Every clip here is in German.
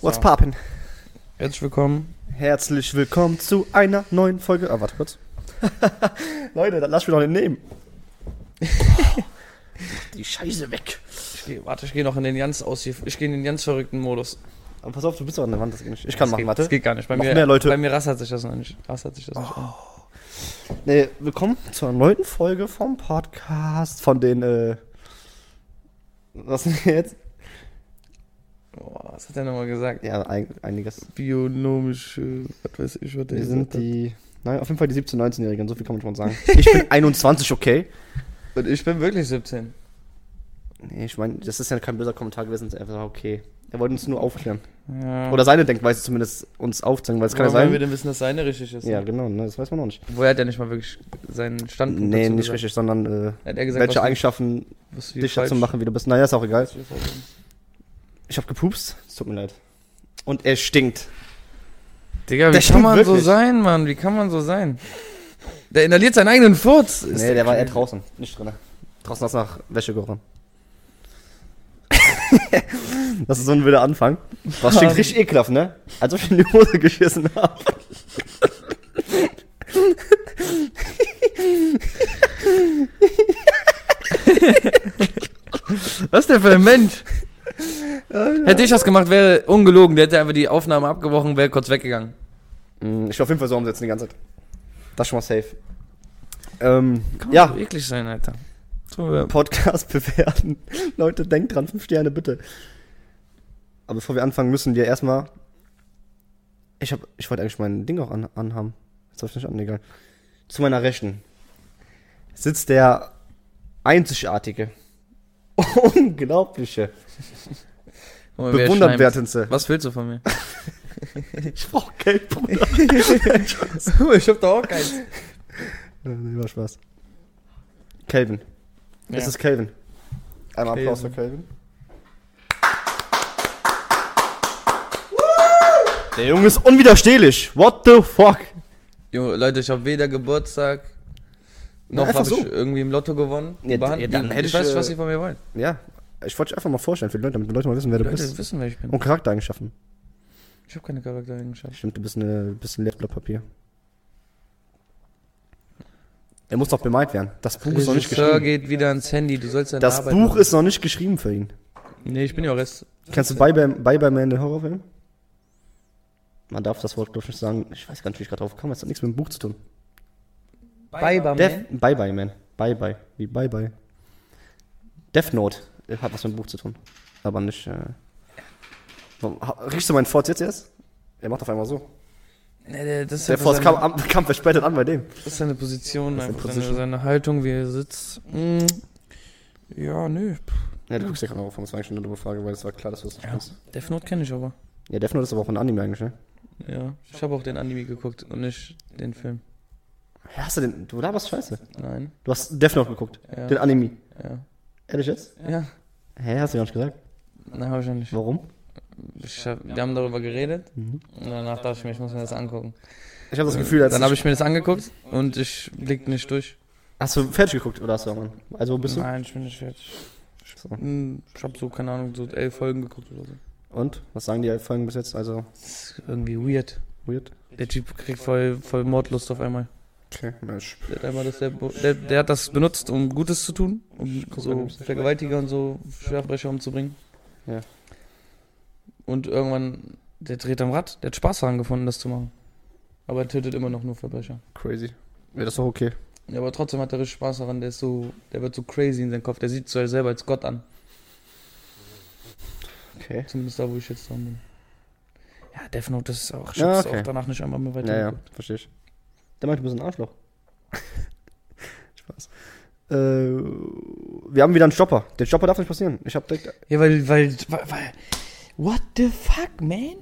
What's poppin'? Herzlich willkommen. Herzlich willkommen zu einer neuen Folge. Ah, warte kurz. Leute, das lass mich doch nicht nehmen. Die Scheiße weg. Ich geh, warte, ich gehe noch in den ganz aus hier. Ich gehe in den ganz verrückten Modus. Aber pass auf, du bist doch an der Wand, das geht nicht. Ich kann das machen, geht, warte. Das geht gar nicht. Bei Noch mir, mehr Leute. Bei mir rassert sich das noch nicht. Rassert sich das nicht. an. Nee, willkommen zu einer neuen Folge vom Podcast von den, äh. Was denn jetzt? Boah, was hat er nochmal gesagt? Oh. Ja, ein, einiges. Bionomische, was weiß ich, was der Wir sind gesagt hat. die. Nein, auf jeden Fall die 17-, 19-Jährigen, so viel kann man schon sagen. Ich bin 21, okay? Und ich bin wirklich 17. Nee, ich meine, das ist ja kein böser Kommentar gewesen, es ist einfach okay. Er wollte uns nur aufklären. Ja. Oder seine Denkweise zumindest uns aufzeigen, weil es kann ja Woher wollen wir sein. denn wissen, dass seine richtig ist? Ja, Ja. genau, ne, das weiß man noch nicht. Woher hat er nicht mal wirklich seinen Standpunkt Nee, dazu nicht gesagt? richtig, sondern äh, Hat er gesagt, welche was, Eigenschaften was wir dich falsch dazu machen, wie du bist. Naja, ist auch egal. was wir falsch machen. Ich hab gepupst, es tut mir leid. Und er stinkt. Digga, wie Der kann stimmt man so wirklich. sein, Mann? Wie kann man so sein? Der inhaliert seinen eigenen Furz. Ist Nee, der war eher draußen, nicht drin. Draußen hat's nach Wäsche gerochen. das ist so ein wilder Anfang. Das stinkt richtig ekelhaft, ne? Als ob ich in die Hose geschissen habe. Was ist der für ein Mensch? Hätte ich das gemacht, wäre ungelogen. Der hätte einfach die Aufnahme abgebrochen, wäre kurz weggegangen. Mm, Ich will auf jeden Fall so umsetzen die ganze Zeit. Das ist schon mal safe. Ähm, ja, So eklig sein, Alter. So, ja. Podcast bewerten. Leute, denkt dran, fünf Sterne bitte. Aber bevor wir anfangen, müssen wir erstmal. Ich, hab, ich wollte eigentlich mein Ding auch an, anhaben. Jetzt hab ich nicht an, egal. Zu meiner Rechten sitzt der einzigartige, unglaubliche, Guck mal, wer schneimt. bewundernswertendste. Was willst du von mir? Ich brauch Geld, Bruder. ich hab da auch keins. Nee, war Spaß. Calvin. Ja. Es ist Calvin. Einmal Applaus für Calvin. Calvin. Der Junge ist unwiderstehlich. What the fuck? Jo, Leute, ich habe weder Geburtstag, Na, noch einfach habe so. ich irgendwie im Lotto gewonnen. Ja, Behandelt- ja, dann hätte ich, ich weiß nicht, äh, was ihr von mir wollt. Ja, ich wollte dich einfach mal vorstellen für die Leute, damit die Leute mal wissen, wer du Leute bist. wissen, wer ich bin. Und Charaktereigenschaften. Ich habe keine Charaktereigenschaften. Stimmt, du bist, eine, bist ein leeres Blatt Papier. Er muss doch bemalt werden. Das Buch ist noch nicht Regisseur geschrieben. geht wieder ans Handy. Du sollst deine Das Arbeit Buch machen. ist noch nicht geschrieben für ihn. Nee, ich bin ja auch Rest. Kennst du Bye Bye, Bye, Bye Man, den Horrorfilm? Man darf das Wort, glaube ich, nicht sagen. Ich weiß gar nicht, wie ich gerade drauf kam. Das hat nichts mit dem Buch zu tun. Bye, Death, Bye Bye Man. Bye Bye. Wie Bye Bye. Death Note äh, hat was mit dem Buch zu tun. Aber nicht. Äh... Warum- ha- Riechst du meinen Forts jetzt erst? Er macht auf einmal so. Nee, der- das ist Der einfach Forts seine- kam, am- kam verspätet an bei dem. Das ist seine Position, Das ist einfach eine seine, Position. Mhm. seine Haltung, wie er sitzt. Mm. Ja, nö. Ja, du guckst ja gerade auf. Das war eigentlich schon eine dumme Frage, weil es war klar, dass du das Ja. Death Note kenne ich aber. Ja, Death Note ist aber auch ein Anime eigentlich, ne? Ja, ich habe auch den Anime geguckt und nicht den Film. Ja, hast du den. Du laberst scheiße. Nein. Du hast Death Note geguckt. Ja. Den Anime. Ja. Ehrlich jetzt? ja. Hä, hast du gar nicht gesagt. Nein, habe ich noch nicht. Warum? Ich hab, wir haben darüber geredet und danach dachte ich mir, ich muss mir das angucken. Ich habe das Gefühl, als Dann habe ich mir das angeguckt und ich blick nicht durch. Hast du fertig geguckt oder hast du irgendwann? Also wo bist du? Nein, ich bin nicht fertig. So. Hm, Ich habe so, keine Ahnung, so elf Folgen geguckt oder so. Und? Was sagen die Folgen bis jetzt? Also Das ist irgendwie weird. weird. Der Typ kriegt voll, voll Mordlust auf einmal. Okay, Mensch. Der hat, einmal das, der, der, der hat das benutzt, um Gutes zu tun, um so nämlich. Vergewaltiger und so Schwerverbrecher umzubringen. Ja. Und irgendwann, der dreht am Rad, der hat Spaß daran gefunden, das zu machen. Aber er tötet immer noch nur Verbrecher. Crazy. Ja, das ist doch okay. Ja, aber trotzdem hat er richtig Spaß daran, der ist so, der wird so crazy in seinem Kopf, der sieht sich selber als Gott an. Okay. Zumindest da, wo ich jetzt dran bin. Ja, Death Note, das ist auch, ich Ja, hab's okay. auch danach nicht einmal mehr weiter. Naja, ja, verstehe ich. Der meint, du bist ein Arschloch. Spaß. Äh, wir haben wieder einen Stopper. Der Stopper darf nicht passieren. Ich habe direkt. Ja, weil, weil, weil, weil, what the fuck, man?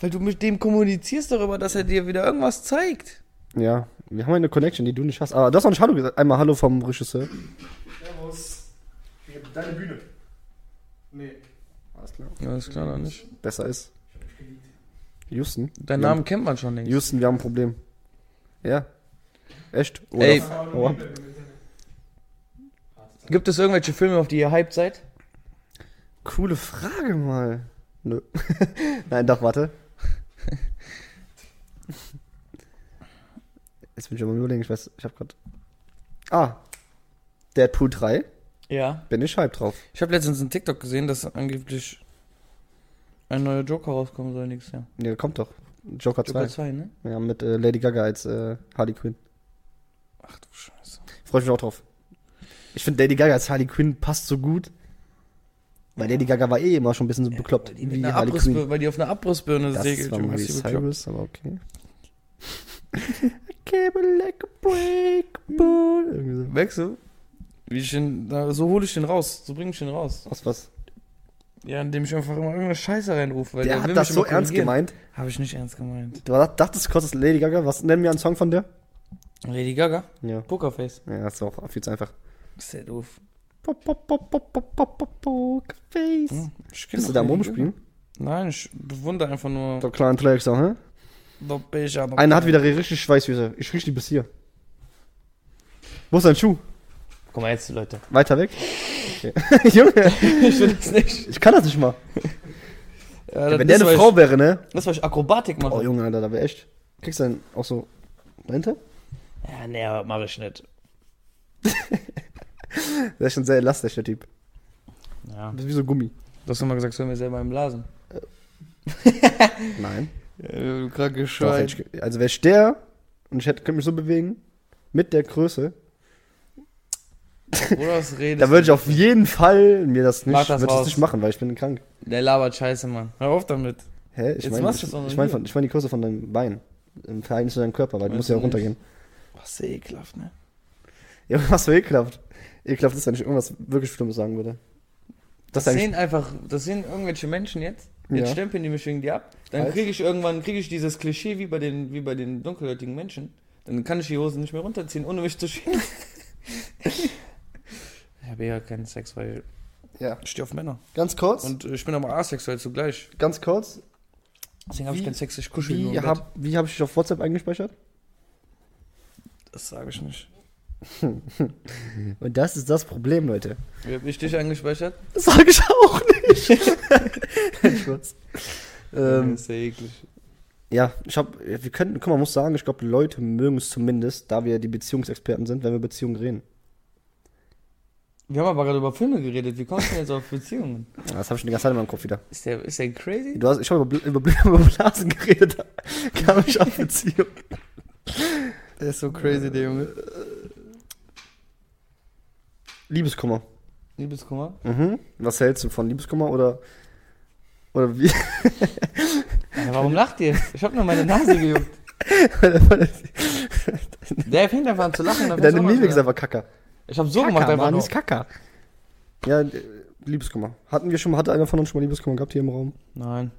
Weil du mit dem kommunizierst darüber, dass er dir wieder irgendwas zeigt. Ja, wir haben eine Connection, die du nicht hast. Aber du hast noch nicht Hallo gesagt. Einmal Hallo vom Regisseur. Servus. Hier, deine Bühne. Nee. Alles klar. Ja, ist klar, noch nicht. Besser ist. Houston. Deinen Ja. Namen kennt man schon längst. Houston, wir haben ein Problem. Ja. Echt? Oder Ey, Oha. gibt es irgendwelche Filme, auf die ihr hyped seid? Coole Frage mal. Nö. Nein, doch, warte. Jetzt bin ich immer überlegen, ich weiß, ich hab grad. Ah. Deadpool 3, Ja. bin ich hype drauf. Ich habe letztens einen TikTok gesehen, dass angeblich ein neuer Joker rauskommen soll nächstes Jahr. Ne, kommt doch. Joker 2. Joker 2, ne? Ja, mit äh, Lady Gaga als äh, Harley Quinn. Ach du Scheiße. Freue ich mich auch drauf. Ich finde Lady Gaga als Harley Quinn passt so gut. Weil Lady Gaga war eh immer schon ein bisschen so bekloppt Weil die, mit wie einer Harley Quinn. Abrissbirne- weil die auf einer Abrissbirne Das segelt. war Junge, Miley ist die bekloppt. Cyrus, aber okay. I came like a break, bull. Irgendwie so. Merkst du? Wie ich den, da, so hole ich den raus. So bringe ich den raus. Aus was? Ja, indem ich einfach immer irgendeine Scheiße reinrufe. Weil Der der will hat mich das immer so ernst korrigieren. gemeint. Habe ich nicht ernst gemeint. Du dachtest kurz, das ist Lady Gaga. Was nennen wir einen Song von der? Lady Gaga? Ja. Pokerface. Ja, das ist auch viel zu einfach. Ist der doof. Pop, pop, pop, pop, pop, pop, pop, Pokerface. Hm, ich kenn Bist du doch da am Lady Rumspielen? Gaga. Nein, ich bewundere einfach nur. So kleinen Trickser, hä? Doch, ich aber. Einer hat wieder richtig Schweißfüße. Ich riech die bis hier. Wo ist dein Schuh? Guck mal jetzt, Leute. Weiter weg? Okay. Junge, ich will das nicht. ich kann das nicht mal. Ja, das- Wenn der das eine war Frau wäre, ne? Ich, das war ich Akrobatik Oh, machen. Junge, Alter, da wär echt. Kriegst du dann auch so Rente? ja, nee, mach ich nicht. Der ist schon sehr elastisch, der Typ. Ja. Du bist wie so Gummi. Du hast doch mal gesagt, sollen wir selber im Blasen. Nein. Ja, du kranke Doch, hätte ich, also wäre ich der und ich hätte, könnte mich so bewegen, mit der Größe, Oder was redest da würde ich auf jeden Fall mir das Mach nicht, das würde das raus. nicht machen, weil ich bin krank. du? Der labert Scheiße, Mann. Hör auf damit. Hä? Ich Jetzt meine machst ich, du's auch noch ich mein nie. von- ich mein die Größe von deinem Bein. Im Verhältnis zu deinem Körper, weil du Weiß musst ja nicht. runtergehen. Was ekelhaft, ne? Ja, was für ekelhaft. Ekelhaft ist, wenn ich irgendwas wirklich Schlimmes sagen würde. Das Das, ist eigentlich. sehen einfach, das sehen irgendwelche Menschen jetzt. Jetzt Ja. stempeln die mich wegen dir ab. Dann Falsch. kriege ich irgendwann kriege ich dieses Klischee wie bei den wie bei den dunkelhäutigen Menschen. Dann kann ich die Hosen nicht mehr runterziehen, ohne mich zu schämen. ich habe ja keinen Sex, weil Ja. ich stehe auf Männer. Ganz kurz, Und äh, ich bin aber asexuell zugleich. ganz kurz. Deswegen habe ich Wie- keinen Sex, ich kuschel nur Wie im Bett. hab, wie hab ich dich auf WhatsApp eingespeichert? Das sage ich nicht. Und das ist das Problem, Leute. Wie habe ich dich eingespeichert? Das sage ich auch nicht. Schutz. ähm, ist ja eklig. ja, ich hab, wir könnten, guck mal, man muss sagen, ich glaube, Leute mögen es zumindest, da wir die Beziehungsexperten sind, wenn wir Beziehungen reden. Wir haben aber gerade über Filme geredet. Wie kommst du denn jetzt auf Beziehungen? Ja, Ah, Das habe ich schon die ganze Zeit in meinem Kopf wieder. Ist der, ist der crazy? Du hast, ich habe über, Bl- über, Bl- über Blasen geredet, da kam ich auf Beziehung. Der ist so crazy, der Junge. Liebeskummer. Liebeskummer? Mhm. Was hältst du von Liebeskummer oder, oder wie? Ja, warum lacht ihr? Ich hab nur meine Nase gejuckt. Der fängt einfach an zu lachen. dann Deine fängt's auch Mimik ist an zu lachen. einfach Kacke. Ich hab so gemacht einfach Mann, nur. ist Kacke. Ja, äh, Liebeskummer. Hatten wir schon mal, hatte einer von uns schon mal Liebeskummer gehabt hier im Raum? Nein.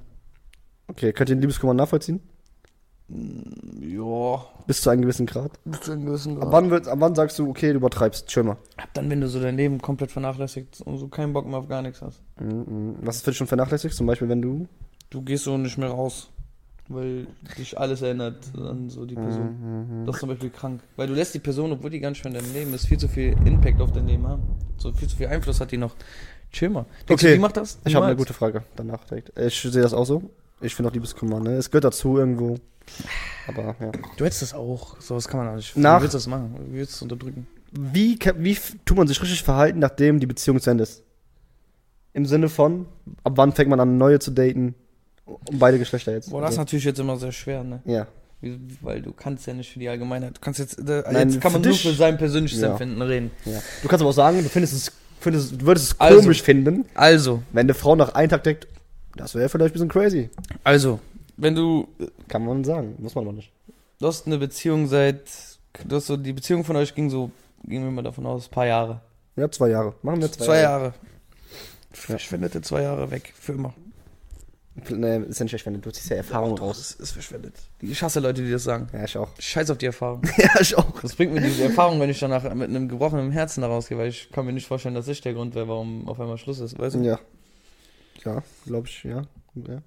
Okay, könnt ihr den Liebeskummer nachvollziehen? Ja, Bis zu einem gewissen Grad. bis zu einem gewissen Ab Grad. wann, wird, ab wann sagst du, okay, du übertreibst, chill mal. Ab dann, wenn du so dein Leben komplett vernachlässigst und so keinen Bock mehr auf gar nichts hast. Mhm. Was ist für dich schon vernachlässigt? Zum Beispiel, wenn du. Du gehst so nicht mehr raus, weil dich alles erinnert an so die Person. Mhm, Das ist zum Beispiel krank. Weil du lässt die Person, obwohl die gar nicht mehr in deinem Leben ist, viel zu viel Impact auf dein Leben haben. So viel zu viel Einfluss hat die noch. Chill mal. Denkst Okay. du, die macht das? Ich habe eine Niemals. gute Frage danach direkt. Äh, Ich sehe das auch so. Ich finde auch Liebeskummer, ne? Es gehört dazu irgendwo. Aber ja. Du hättest das auch. Sowas kann man auch nicht. Nach- Wie willst du das machen? Wie willst du es unterdrücken? Wie, ka- wie f- tut man sich richtig verhalten, nachdem die Beziehung zu Ende ist? Im Sinne von, ab wann fängt man an, eine neue zu daten? Um beide Geschlechter jetzt. Boah, das ist natürlich jetzt immer sehr schwer, ne? ja. Wie- Weil du kannst ja nicht für die Allgemeinheit. Du kannst jetzt. Da, Nein, jetzt kann man für nur dich- für sein persönliches Ja. Empfinden reden. ja. Du kannst aber auch sagen, du findest es, findest, es- du würdest es Also. komisch finden, Also, wenn eine Frau nach einem Tag denkt, das wäre vielleicht ein bisschen crazy. also, wenn du. Kann man sagen, muss man aber nicht. Du hast eine Beziehung seit. Du hast so, die Beziehung von euch ging so, gehen wir mal davon aus, ein paar Jahre. Ja, zwei Jahre. Machen wir zwei, Zwei Jahre. Verschwendete zwei Jahre weg. Für immer. Nee, ist ja nicht schlecht, wenn du ziehst ja Erfahrung raus. Es ist verschwendet. Ich hasse Leute, die das sagen. Ja, ich auch. Scheiß auf die Erfahrung. ja, ich auch. Das bringt mir diese Erfahrung, wenn ich danach mit einem gebrochenen Herzen daraus gehe, weil ich kann mir nicht vorstellen, dass ich der Grund wäre, warum auf einmal Schluss ist. Weißt du? Ja. Ja, glaube ich, ja. ja.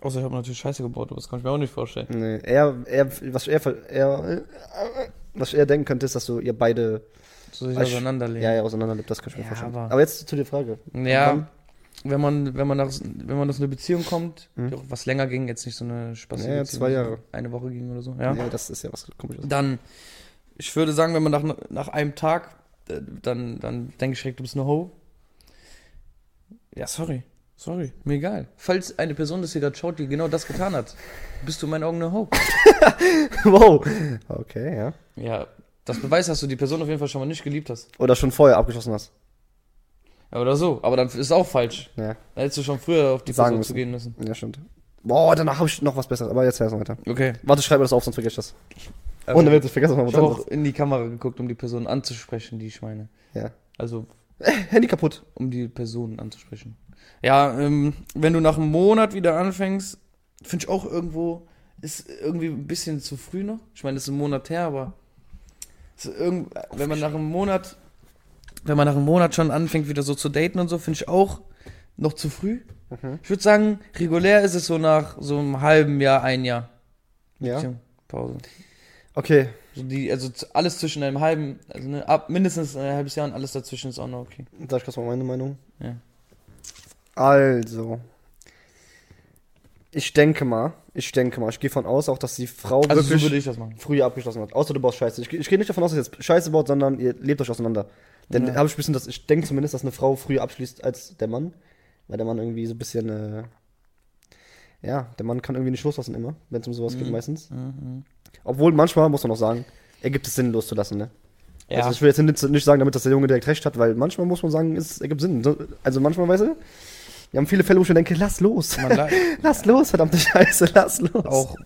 Außer ich habe natürlich Scheiße gebaut, aber das kann ich mir auch nicht vorstellen. Nee, eher, eher, was er, er, was er denken könnte, ist, dass du ihr beide So sich Ich- auseinanderlegen. ja, ja, auseinanderlebt, das kann ich mir Ja, vorstellen. aber- Aber jetzt zu der Frage. Ja, Wann- wenn man, wenn man, nach, wenn man aus einer Beziehung kommt, die auch was länger ging, jetzt nicht so eine spaßige Mhm. Ja, ja, Beziehung, zwei Jahre. Eine Woche ging oder so, Ja. ja. das ist ja was komisches. Dann, ich würde sagen, wenn man nach, nach einem Tag, äh, dann, dann denke ich direkt, du bist eine Ho. Ja, sorry. Sorry, mir egal. Falls eine Person das hier gerade schaut, die genau das getan hat, bist du in meinen Augen eine Ho. wow. Okay, ja. Ja, das beweist, dass du die Person auf jeden Fall schon mal nicht geliebt hast. Oder schon vorher abgeschossen hast. Ja, Oder so, aber dann ist es auch falsch. Ja, Dann hättest du schon früher auf die Sagen Person müssen. zugehen müssen. ja stimmt. Boah, danach habe ich noch was Besseres. Aber jetzt erst mal weiter. Okay. Warte, schreib mir das auf, sonst vergesse ich das. Aber Ohne Witz, ich vergesse mal ich was habe auch anderes. in die Kamera geguckt, um die Person anzusprechen, die ich meine. Ja. Also, Handy kaputt. um die Person anzusprechen. Ja, ähm, wenn du nach einem Monat wieder anfängst, finde ich auch irgendwo, ist irgendwie ein bisschen zu früh noch. Ich meine, das ist ein Monat her, aber es ist irgend, wenn man nach einem Monat, wenn man nach einem Monat schon anfängt, wieder so zu daten und so, finde ich auch noch zu früh. Ich würde sagen, regulär ist es so nach so einem halben Jahr, ein Jahr. Ja. Beziehung, Pause. Okay. So die, also z- alles zwischen einem halben, also ne, ab mindestens ein halbes Jahr und alles dazwischen ist auch noch okay. Sag ich kurz mal meine Meinung. Ja. Also. Ich denke mal, ich denke mal, ich gehe von aus auch, dass die Frau Also so wirklich würde ich das machen. früher abgeschlossen hat. Außer du baust Scheiße. Ich, geh- ich gehe nicht davon aus, dass ihr jetzt Scheiße baut, sondern ihr lebt euch auseinander. Denn Ja. habe ich ein bisschen das, ich denke zumindest, dass eine Frau früher abschließt als der Mann. Weil der Mann irgendwie so ein bisschen, äh, ja, der Mann kann irgendwie nicht loslassen immer, wenn es um sowas Mhm. geht meistens. Obwohl manchmal, muss man auch sagen, ergibt es Sinn loszulassen, ne? Ja. Also ich will jetzt nicht, nicht sagen, damit dass der Junge direkt recht hat, weil manchmal muss man sagen, es ergibt Sinn. So- Also manchmal, weißt du, wir haben viele Fälle, wo ich mir denke, lass los. Man la- lass los, verdammte Scheiße, lass los. auch.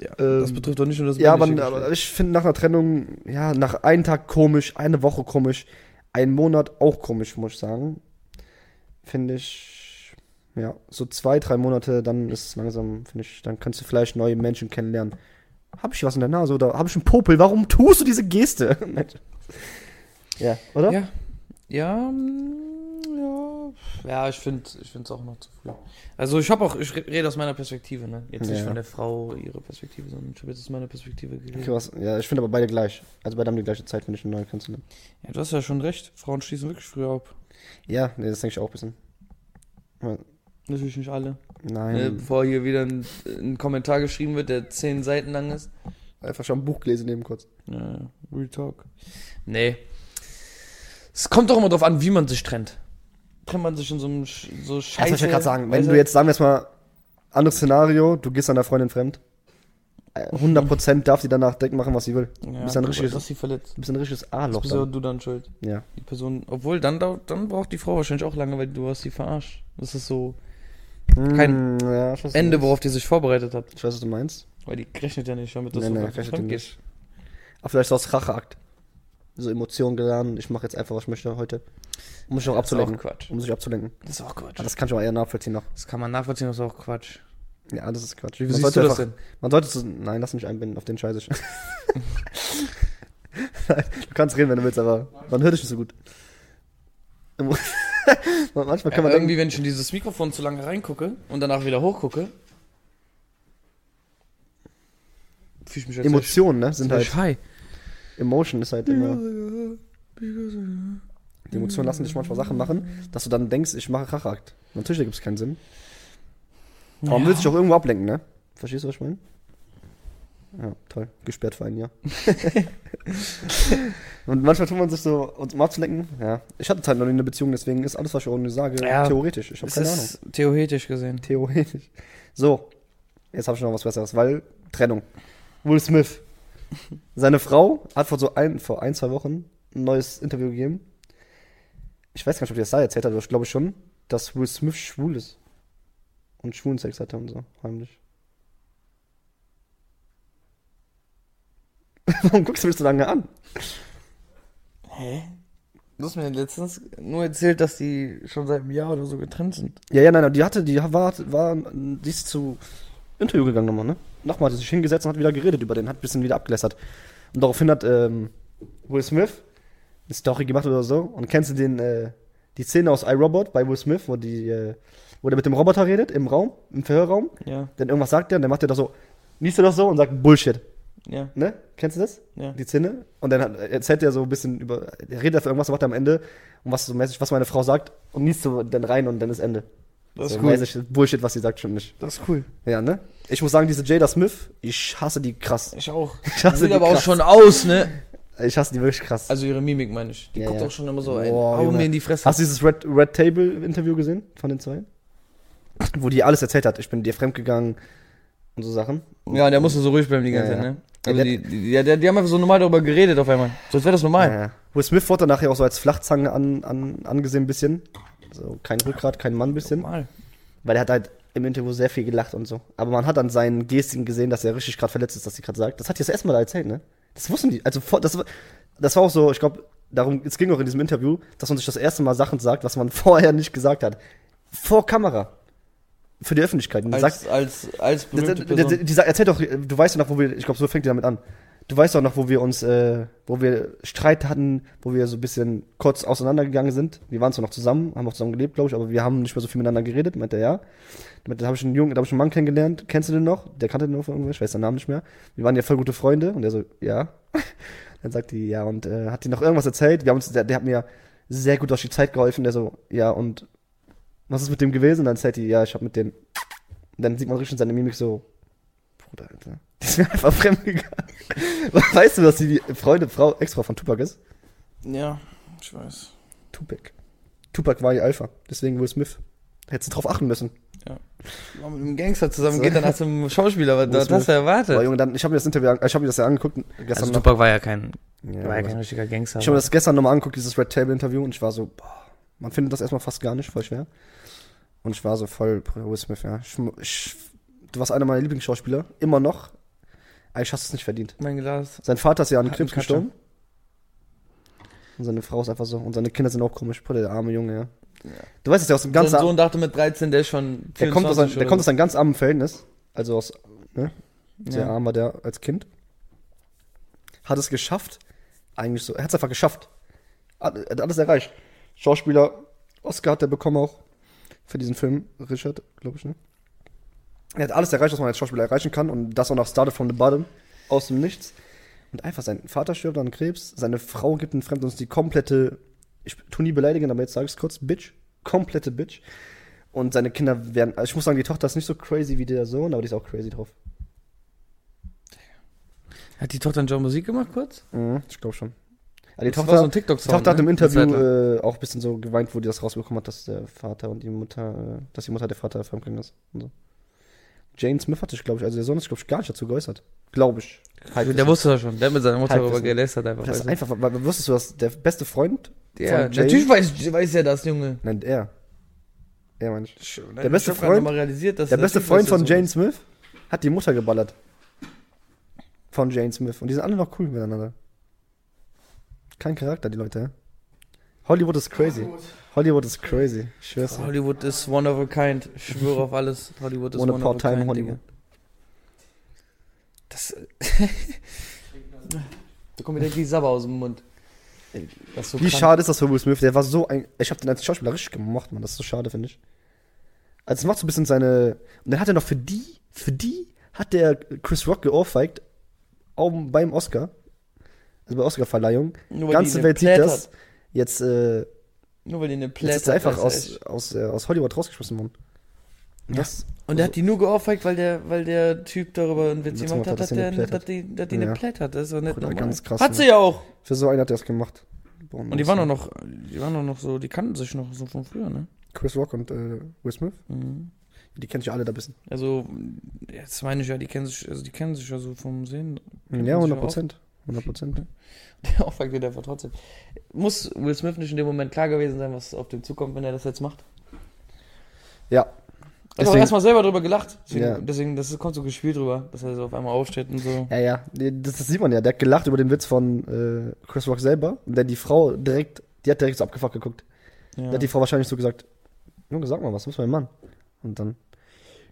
Ja, das Ähm, betrifft doch nicht nur das Ja, aber, männliche aber Geschlecht. ich finde nach einer Trennung, ja, nach einem Tag komisch, eine Woche komisch, ein Monat auch komisch, muss ich sagen. Finde ich, ja, so zwei, drei Monate, dann ist es langsam, finde ich, dann kannst du vielleicht neue Menschen kennenlernen. Hab ich was in der Nase oder hab ich einen Popel? Warum tust du diese Geste? ja, oder? Ja. Ja, mm, ja. Ja, ich finde es auch noch zu früh. Also ich habe auch, ich re- rede aus meiner Perspektive, ne? Jetzt nicht Ja. von der Frau ihre Perspektive, sondern ich habe jetzt aus meiner Perspektive geredet. Okay, was, ja, ich finde aber beide gleich. Also beide haben die gleiche Zeit, finde ich, einen neuen kennenzulernen. Ja, du hast ja schon recht. Frauen schließen wirklich früher ab. Ja, nee, das denke ich auch ein bisschen. Natürlich nicht alle. Nein. Ne, bevor hier wieder ein, ein Kommentar geschrieben wird, der zehn Seiten lang ist. Einfach schon ein Buch gelesen neben kurz. Ja, Real Talk. Nee. Es kommt doch immer drauf an, wie man sich trennt. Trennt man sich in so einem Sch so Das Scheiße. wollte ich ja gerade sagen. Wenn weißt du jetzt, sagen wir jetzt mal, anderes Szenario, du gehst an der Freundin fremd. Äh, 100% darf sie danach direkt machen, was sie will. ja, du bist ein richtiges, dass sie verletzt. du bist ein richtiges Das A-Loch. bist ja dann. du dann schuld. Ja. Die Person, obwohl dann dau- dann braucht die Frau wahrscheinlich auch lange, weil du hast sie verarscht. Das ist so Hm, Kein ja, ich weiß, was du Ende, meinst. worauf die sich vorbereitet hat, Ich weiß, was du meinst. weil die rechnet ja nicht damit, dass Nee, du nee, fremd- rechnet fremd die gehst. Aber vielleicht ist das Racheakt. So Emotionen geladen, ich mache jetzt einfach, was ich möchte heute. Um sich auch Das ist auch abzulenken. Quatsch. Um sich abzulenken. Das ist auch Aber Quatsch. das kann ich auch eher nachvollziehen noch. Das kann man nachvollziehen, das ist auch Quatsch. Ja, das ist Quatsch. Wie siehst du das denn? Man sollte zu. Nein, lass mich einbinden, auf den scheiße ich. Nein, du kannst reden, wenn du willst, aber man hört dich nicht so gut. Manchmal kann man ja, denken, irgendwie, wenn ich in dieses Mikrofon zu lange reingucke und danach wieder hochgucke, fühle ich mich als Emotionen, ne? Sind als halt. high. Emotion ist halt immer. Die Emotionen lassen dich manchmal Sachen machen, dass du dann denkst, ich mache Rachakt. Natürlich gibt es keinen Sinn. Aber man will sich auch irgendwo ablenken, ne? Verstehst du, was ich meine? Ja, toll. Gesperrt für ein Jahr. und manchmal tut man sich so, uns um abzulenken. Ja. Ich hatte halt noch nie eine Beziehung, deswegen ist alles, was ich unten sage, Ja. theoretisch. Ich habe Es keine Ahnung. ist theoretisch gesehen. Theoretisch. So, jetzt habe ich noch was Besseres, weil Trennung. Will Smith. Seine Frau hat vor so ein, vor ein, zwei Wochen ein neues Interview gegeben. Ich weiß gar nicht, ob die das da erzählt hat, aber ich glaube schon, dass Will Smith schwul ist. Und schwulen Sex hatte und so, heimlich. Warum guckst du mich so lange an? Hä? Du hast mir letztens nur erzählt, dass die schon seit einem Jahr oder so getrennt sind. Ja, ja, nein, aber die hatte, die war, war, die ist zu Interview gegangen nochmal, ne? Nochmal, hat sie sich hingesetzt und hat wieder geredet über den, hat ein bisschen wieder abgelästert. Und daraufhin hat ähm, Will Smith eine Story gemacht oder so. Und kennst du den, äh, die Szene aus iRobot bei Will Smith, wo, die, äh, wo der mit dem Roboter redet, im Raum, im Verhörraum? Ja. Dann irgendwas sagt er und dann macht er das so, liest er das so und sagt Bullshit. Ja, Ne? Kennst du das? ja. Die Zinne. Und dann hat, erzählt er so ein bisschen über. Er redet dafür irgendwas, macht er am Ende. Und was so mäßig, was meine Frau sagt. Und niest so dann rein und dann ist Ende. Das ist so cool. mäßig Bullshit, was sie sagt, stimmt nicht. Das ist cool. Ja, ne? Ich muss sagen, diese Jada Smith, ich hasse die krass. Ich auch. Ich Das hasse sieht die aber auch krass. schon aus, ne? Ich hasse die wirklich krass. Also ihre Mimik meine ich. Die Ja, guckt ja. auch schon immer so ein. Boah, Also, Hau Junge. mir in die Fresse. Hast du dieses Red, Red Table Interview gesehen von den zwei? Wo die alles erzählt hat. Ich bin dir fremdgegangen und so Sachen. Ja, der musste so ruhig bleiben die Ja, ganze ja. Zeit, ne? Also Ja, die, die, ja, die, die haben einfach so normal darüber geredet auf einmal. So als wäre das normal. Ja. Will Smith wurde nachher auch so als Flachzange an, an, angesehen ein bisschen. Also kein Rückgrat, kein Mann ein bisschen. Normal. Weil er hat halt im Interview sehr viel gelacht und so. Aber man hat an seinen Gesten gesehen, dass er richtig gerade verletzt ist, dass sie gerade sagt. Das hat die das erste Mal da erzählt, ne? Das wussten die. Also vor, das, war- das war auch so, ich glaube, darum, es ging auch in diesem Interview, dass man sich das erste Mal Sachen sagt, was man vorher nicht gesagt hat. Vor Kamera. Für die Öffentlichkeit. Und sagt, Als, als, als Der- berühmte der- der- Person. der- dieser- Erzähl doch, du weißt doch noch, wo wir, ich glaube, so fängt die damit an. Du weißt doch noch, wo wir uns, äh, wo wir Streit hatten, wo wir so ein bisschen kurz auseinandergegangen sind. Wir waren zwar noch zusammen, haben auch zusammen gelebt, glaube ich, aber wir haben nicht mehr so viel miteinander geredet, meinte er ja. Damit habe ich einen Jungen, da habe ich einen Mann kennengelernt. Kennst du den noch? Der kannte den noch von irgendwas, ich weiß seinen Namen nicht mehr. Wir waren ja voll gute Freunde und er so, ja. Dann sagt die, ja, und äh, hat die noch irgendwas erzählt? Wir haben uns, der, der hat mir sehr gut durch die Zeit geholfen. Der so, ja, und was ist mit dem gewesen? Dann sagt die, ja, ich habe mit dem. Und dann sieht man richtig in seiner Mimik so, Bruder, Alter. Die ist mir einfach fremdgegangen. Weißt du, dass sie die Freunde, Frau, Ex-Frau von Tupac ist? Ja, ich weiß. Tupac. Tupac war ihr Alpha, deswegen Will Smith. Hättest du drauf achten müssen. War mit einem Gangster zusammen So. geht dann als einem Schauspieler, was Muss was hast du Aber erwartet? Junge, dann, ich habe mir das Interview, an- ich habe mir das ja angeguckt gestern Also noch. Tupac war ja kein, Ja, war ja aber- kein richtiger Gangster. ich habe mir das gestern nochmal angeguckt, dieses Red Table Interview, und ich war so, boah, man findet das erstmal fast gar nicht, voll schwer. Und ich war so voll, Bruder Will Smith, ja. Ich, ich, du warst einer meiner Lieblingsschauspieler, immer noch. Aber ich hast es nicht verdient. mein Glas. Sein Vater ist ja an Hat Krebs einen Kater. gestorben. Und seine Frau ist einfach so. Und seine Kinder sind auch komisch. Puh, der arme Junge, ja. Du weißt es ja aus dem ganz Sein armen. Sohn dachte mit 13, der ist schon Der kommt, aus, 24 einem- der oder kommt aus so. einem ganz armen Verhältnis. Also aus sehr ja. arm war der als Kind. Hat es geschafft. Eigentlich so. Er hat es einfach geschafft. Hat, hat alles erreicht. Schauspieler, Oscar hat er bekommen auch. Für diesen Film, Richard, glaube ich, ne? Er hat alles erreicht, was man als Schauspieler erreichen kann. Und das auch noch Started from the Bottom. Aus dem Nichts. Und einfach sein Vater stirbt an Krebs. Seine Frau gibt einen Fremden uns die komplette. Ich tu nie beleidigen, aber jetzt sage ich es kurz. Bitch. Komplette Bitch. Und seine Kinder werden. Also ich muss sagen, die Tochter ist nicht so crazy wie der Sohn, aber die ist auch crazy drauf. Hat die Tochter schon Musik gemacht kurz? Mhm, ich glaube schon. Aber Also die Das war Tochter, so ein die TikTok-Song. Tochter hat ne? im Eine Zeit lang. Interview äh, auch ein bisschen so geweint, wo die das rausbekommen hat, dass der Vater und die Mutter, äh, dass die Mutter der Vater fremdgegangen ist. Und so. Jane Smith hat sich, glaube ich, also der Sohn hat sich, glaube ich, gar nicht dazu geäußert. Glaube ich. Der wusste das schon. Der hat mit seiner Mutter Halbwissen. darüber gelästert einfach. äh, das weißt ist du? einfach, weil- weil wusstest du, dass der beste Freund ja, von Jane- natürlich weiß, weiß er das, Junge. nennt er. Er meine ich. Der beste Freund- Mal realisiert, dass Der beste Typ, Freund dass er von so- Jane Smith hat die Mutter geballert. Von Jane Smith. Und die sind alle noch cool miteinander. Kein Charakter, die Leute. ja. Hollywood ist crazy. Gut. Hollywood ist crazy. Ich schwör's dir. Hollywood is one of a kind. Ich schwöre auf alles. Hollywood is One a one, of a part time kind. Hollywood. Hollywood. Das, da kommt mir direkt die Sabber aus dem Mund. Das ist so Wie krank. schade ist das für Will Smith? Der war so ein. Ich habe den als Schauspieler richtig gemocht, man. Das ist so schade, finde ich. Also, es macht so ein bisschen seine. Und dann hat er noch für die, für die hat der Chris Rock geohrfeigt. Auch beim Oscar. Also bei Oscar-Verleihung. Nur weil die Ganze eine Welt sieht Plaid das. Hat. Jetzt, äh, Nur weil die eine jetzt Plaid ist er einfach weiß aus, ich. aus, äh, aus Hollywood rausgeschmissen worden. Ja. Das, Und der hat die nur geohrfeigt, weil der, weil der Typ darüber einen Also- Witz Witz gemacht gemacht hat, hat, dass dass, die der, eine Plaid dass die, dass die eine Ja. Plaid hat. Das ist doch nicht Bruder, normal. ganz krass, Hat ne? sie ja auch. Für so einen hat er es gemacht. Boah, Und die waren auch noch, die waren auch noch so, die kannten sich noch so von früher, ne? Chris Rock und äh, Will Smith. Mhm. Die kennt ja alle da ein bisschen. Also, jetzt meine ich ja, die kennen sich, also die kennen sich ja so vom Sehen. Ja, man sich 100 Prozent. 100 Prozent. Der Auftrag wird einfach trotzdem. Muss Will Smith nicht in dem Moment klar gewesen sein, was auf den zukommt, wenn er das jetzt macht? Ja. Er hat auch Deswegen- erstmal selber drüber gelacht. Deswegen, Ja. deswegen das kommt so gespielt drüber, dass er so auf einmal aufsteht und so. Ja, ja. Das, das sieht man ja. Der hat gelacht über den Witz von äh, Chris Rock selber. Und dann die Frau direkt, die hat direkt so abgefuckt geguckt. Ja. Da hat die Frau wahrscheinlich so gesagt: Junge, sag mal was, was ist mein Mann? Und dann: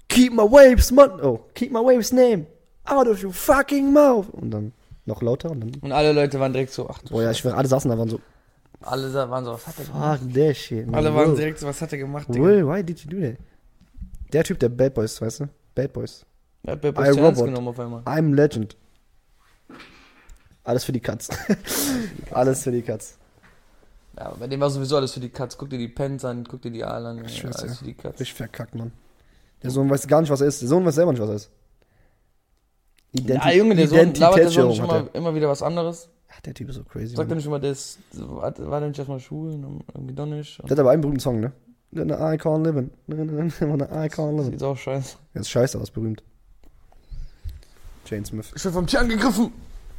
Keep my waves, Mann. Oh, keep my waves name out of your fucking mouth. Und dann noch lauter. Und dann. Und alle Leute waren direkt so, ach du Oh ja, ich schwöre, alle saßen da waren so: Scheiße. Alle sa- waren so, was hat er gemacht? Fuck that shit. man. Alle waren Whoa. direkt so, was hat er gemacht, Digga? Will, why did you do that? Der Typ, der Bad Boys, weißt du? Bad Boys. Er hat bei I, Boss ernst Robot. genommen auf einmal. I'm Legend. Alles für die Katz. Alles für die Katz. Ja, aber bei dem war sowieso alles für die Katz. Guck dir die Pens an, guck dir die Aal an. Ich ja, schwör's alles dir. für die Katz. Richtig verkackt, Mann. Der Sohn weiß gar nicht, was er ist. Der Sohn weiß selber nicht, was er ist. Identi ja, Junge, der Sohn labert der Sohn Identitätsstörung nicht hat er. immer, immer wieder was anderes. Ach, der Typ ist so crazy. Sagt er Mann. nicht immer, der ist, war war der nicht erstmal schwul und irgendwie doch nicht. Der hat aber einen berühmten Song, ne? I can't live I can't live Sieht auch scheiße. Der ist scheiße aus, berühmt. Jane Smith. Ich werde vom Tier angegriffen.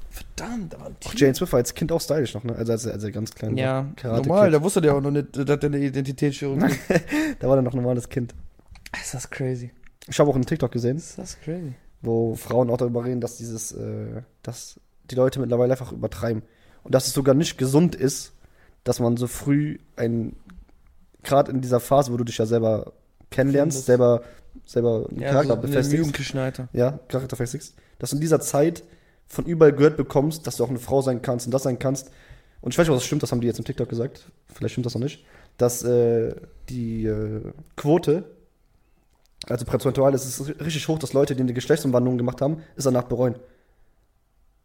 Verdammt, da war ein Auch Tier. Jane Smith war als Kind auch stylisch noch, ne? Also als er, als er ganz klein war. Ja, Karate normal, Kid. da wusste der auch noch nicht, dass der eine Identitätsstörung hat. Da war er noch ein normales Kind. Ist das crazy. Ich habe auch einen TikTok gesehen, Ist das crazy. wo Frauen auch darüber reden, dass dieses, äh, dass die Leute mittlerweile einfach übertreiben. Und dass es sogar nicht gesund ist, dass man so früh ein, gerade in dieser Phase, wo du dich ja selber kennenlernst, Findest. selber, selber einen Ja, Charakter so in dem befestigst. jugendlichen Alter. ja, Charakter festigst, dass du in dieser Zeit von überall gehört bekommst, dass du auch eine Frau sein kannst und das sein kannst. Und ich weiß nicht, ob das stimmt, das haben die jetzt im TikTok gesagt, vielleicht stimmt das noch nicht, dass äh, die äh, Quote, also prozentual ist es richtig hoch, dass Leute, die eine Geschlechtsumwandlung gemacht haben, es danach bereuen.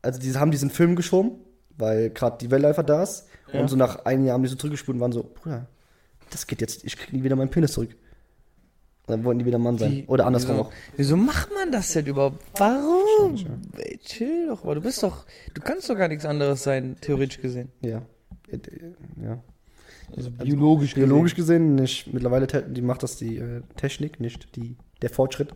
Also die haben diesen Film geschoben, weil gerade die Welle einfach da ist. Ja. Und so nach einem Jahr haben die so zurückgespult und waren so, Bruder, das geht jetzt, ich krieg nie wieder meinen Penis zurück. Und dann wollten die wieder Mann sein. Die- Oder andersrum wieso, auch. Wieso macht man das denn überhaupt? Warum? Ey, chill doch mal. Du bist doch. Du kannst doch gar nichts anderes sein, theoretisch gesehen. Ja. ja. Also biologisch. Biologisch gesehen nicht. Mittlerweile te- die macht das die äh, Technik, nicht die, der Fortschritt.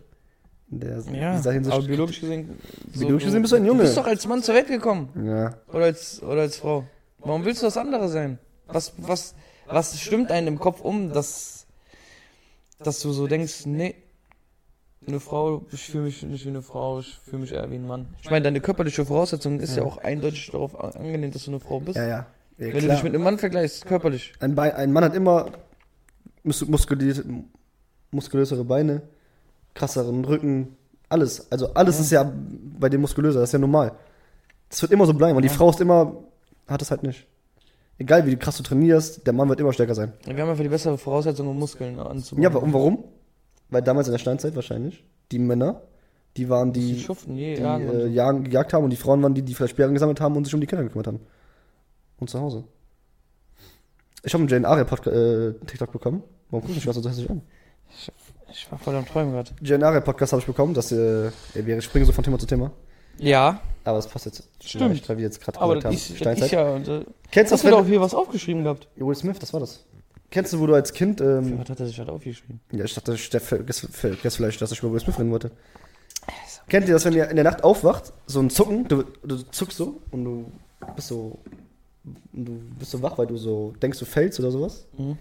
In der, Ja, dieser Hinsicht. aber biologisch gesehen. so- Biologisch gesehen bist du ein Junge. Du bist doch als Mann zur Welt gekommen. ja. Oder als, oder als Frau. Warum willst du das andere sein? Was, was, was stimmt einem im Kopf um, dass, dass du so denkst, nee, eine Frau, ich fühle mich nicht wie eine Frau, ich fühle mich eher wie ein Mann. Ich meine, deine körperliche Voraussetzung ist ja auch eindeutig darauf a- angelehnt, dass du eine Frau bist. ja, ja. ja Wenn du klar. dich mit ne- einem Mann vergleichst, körperlich. ein, Bein, ein Mann hat immer mus- muskulöse, muskulösere Beine, krasseren Rücken, alles. Also alles ist ja bei dem muskulöser, das ist ja normal. Das wird immer so bleiben. Und die Ja. Frau ist immer, hat es halt nicht. Egal wie krass du trainierst, der Mann wird immer stärker sein. Wir haben einfach die bessere Voraussetzung, um Muskeln anzubauen. Ja, aber und warum? Weil damals in der Steinzeit wahrscheinlich, die Männer, die waren Die die, schuften, eh nee, die ja. äh, jagen, gejagt haben und die Frauen waren die, die vielleicht Bären gesammelt haben und sich um die Kinder gekümmert haben. Und zu Hause. Ich habe einen Jane Aria Podca- äh, TikTok bekommen. Warum guckst du mich gerade so hässlich an? Ich war voll am Träumen gerade. Jane Aria Podcast habe ich bekommen, dass äh, ey, wir springen so von Thema zu Thema. Ja, Aber es passt jetzt. Stimmt. nicht, Weil wir jetzt gerade aber gesagt das haben. ist, das ist Steinzeit. ja. unser- Kennst du Hast das, du wenn, doch hier was aufgeschrieben gehabt? Will Smith, das war das. Kennst du, wo du als Kind, ähm, Was hat er sich halt aufgeschrieben? Ja, ich dachte, ich vergesse vergesse vielleicht, dass ich über Will Smith reden wollte. Kennt ihr das, wenn ihr in der Nacht aufwacht, so ein Zucken, du, du zuckst so und du bist so, und du bist so wach, weil du so denkst, du fällst oder sowas? Mhm.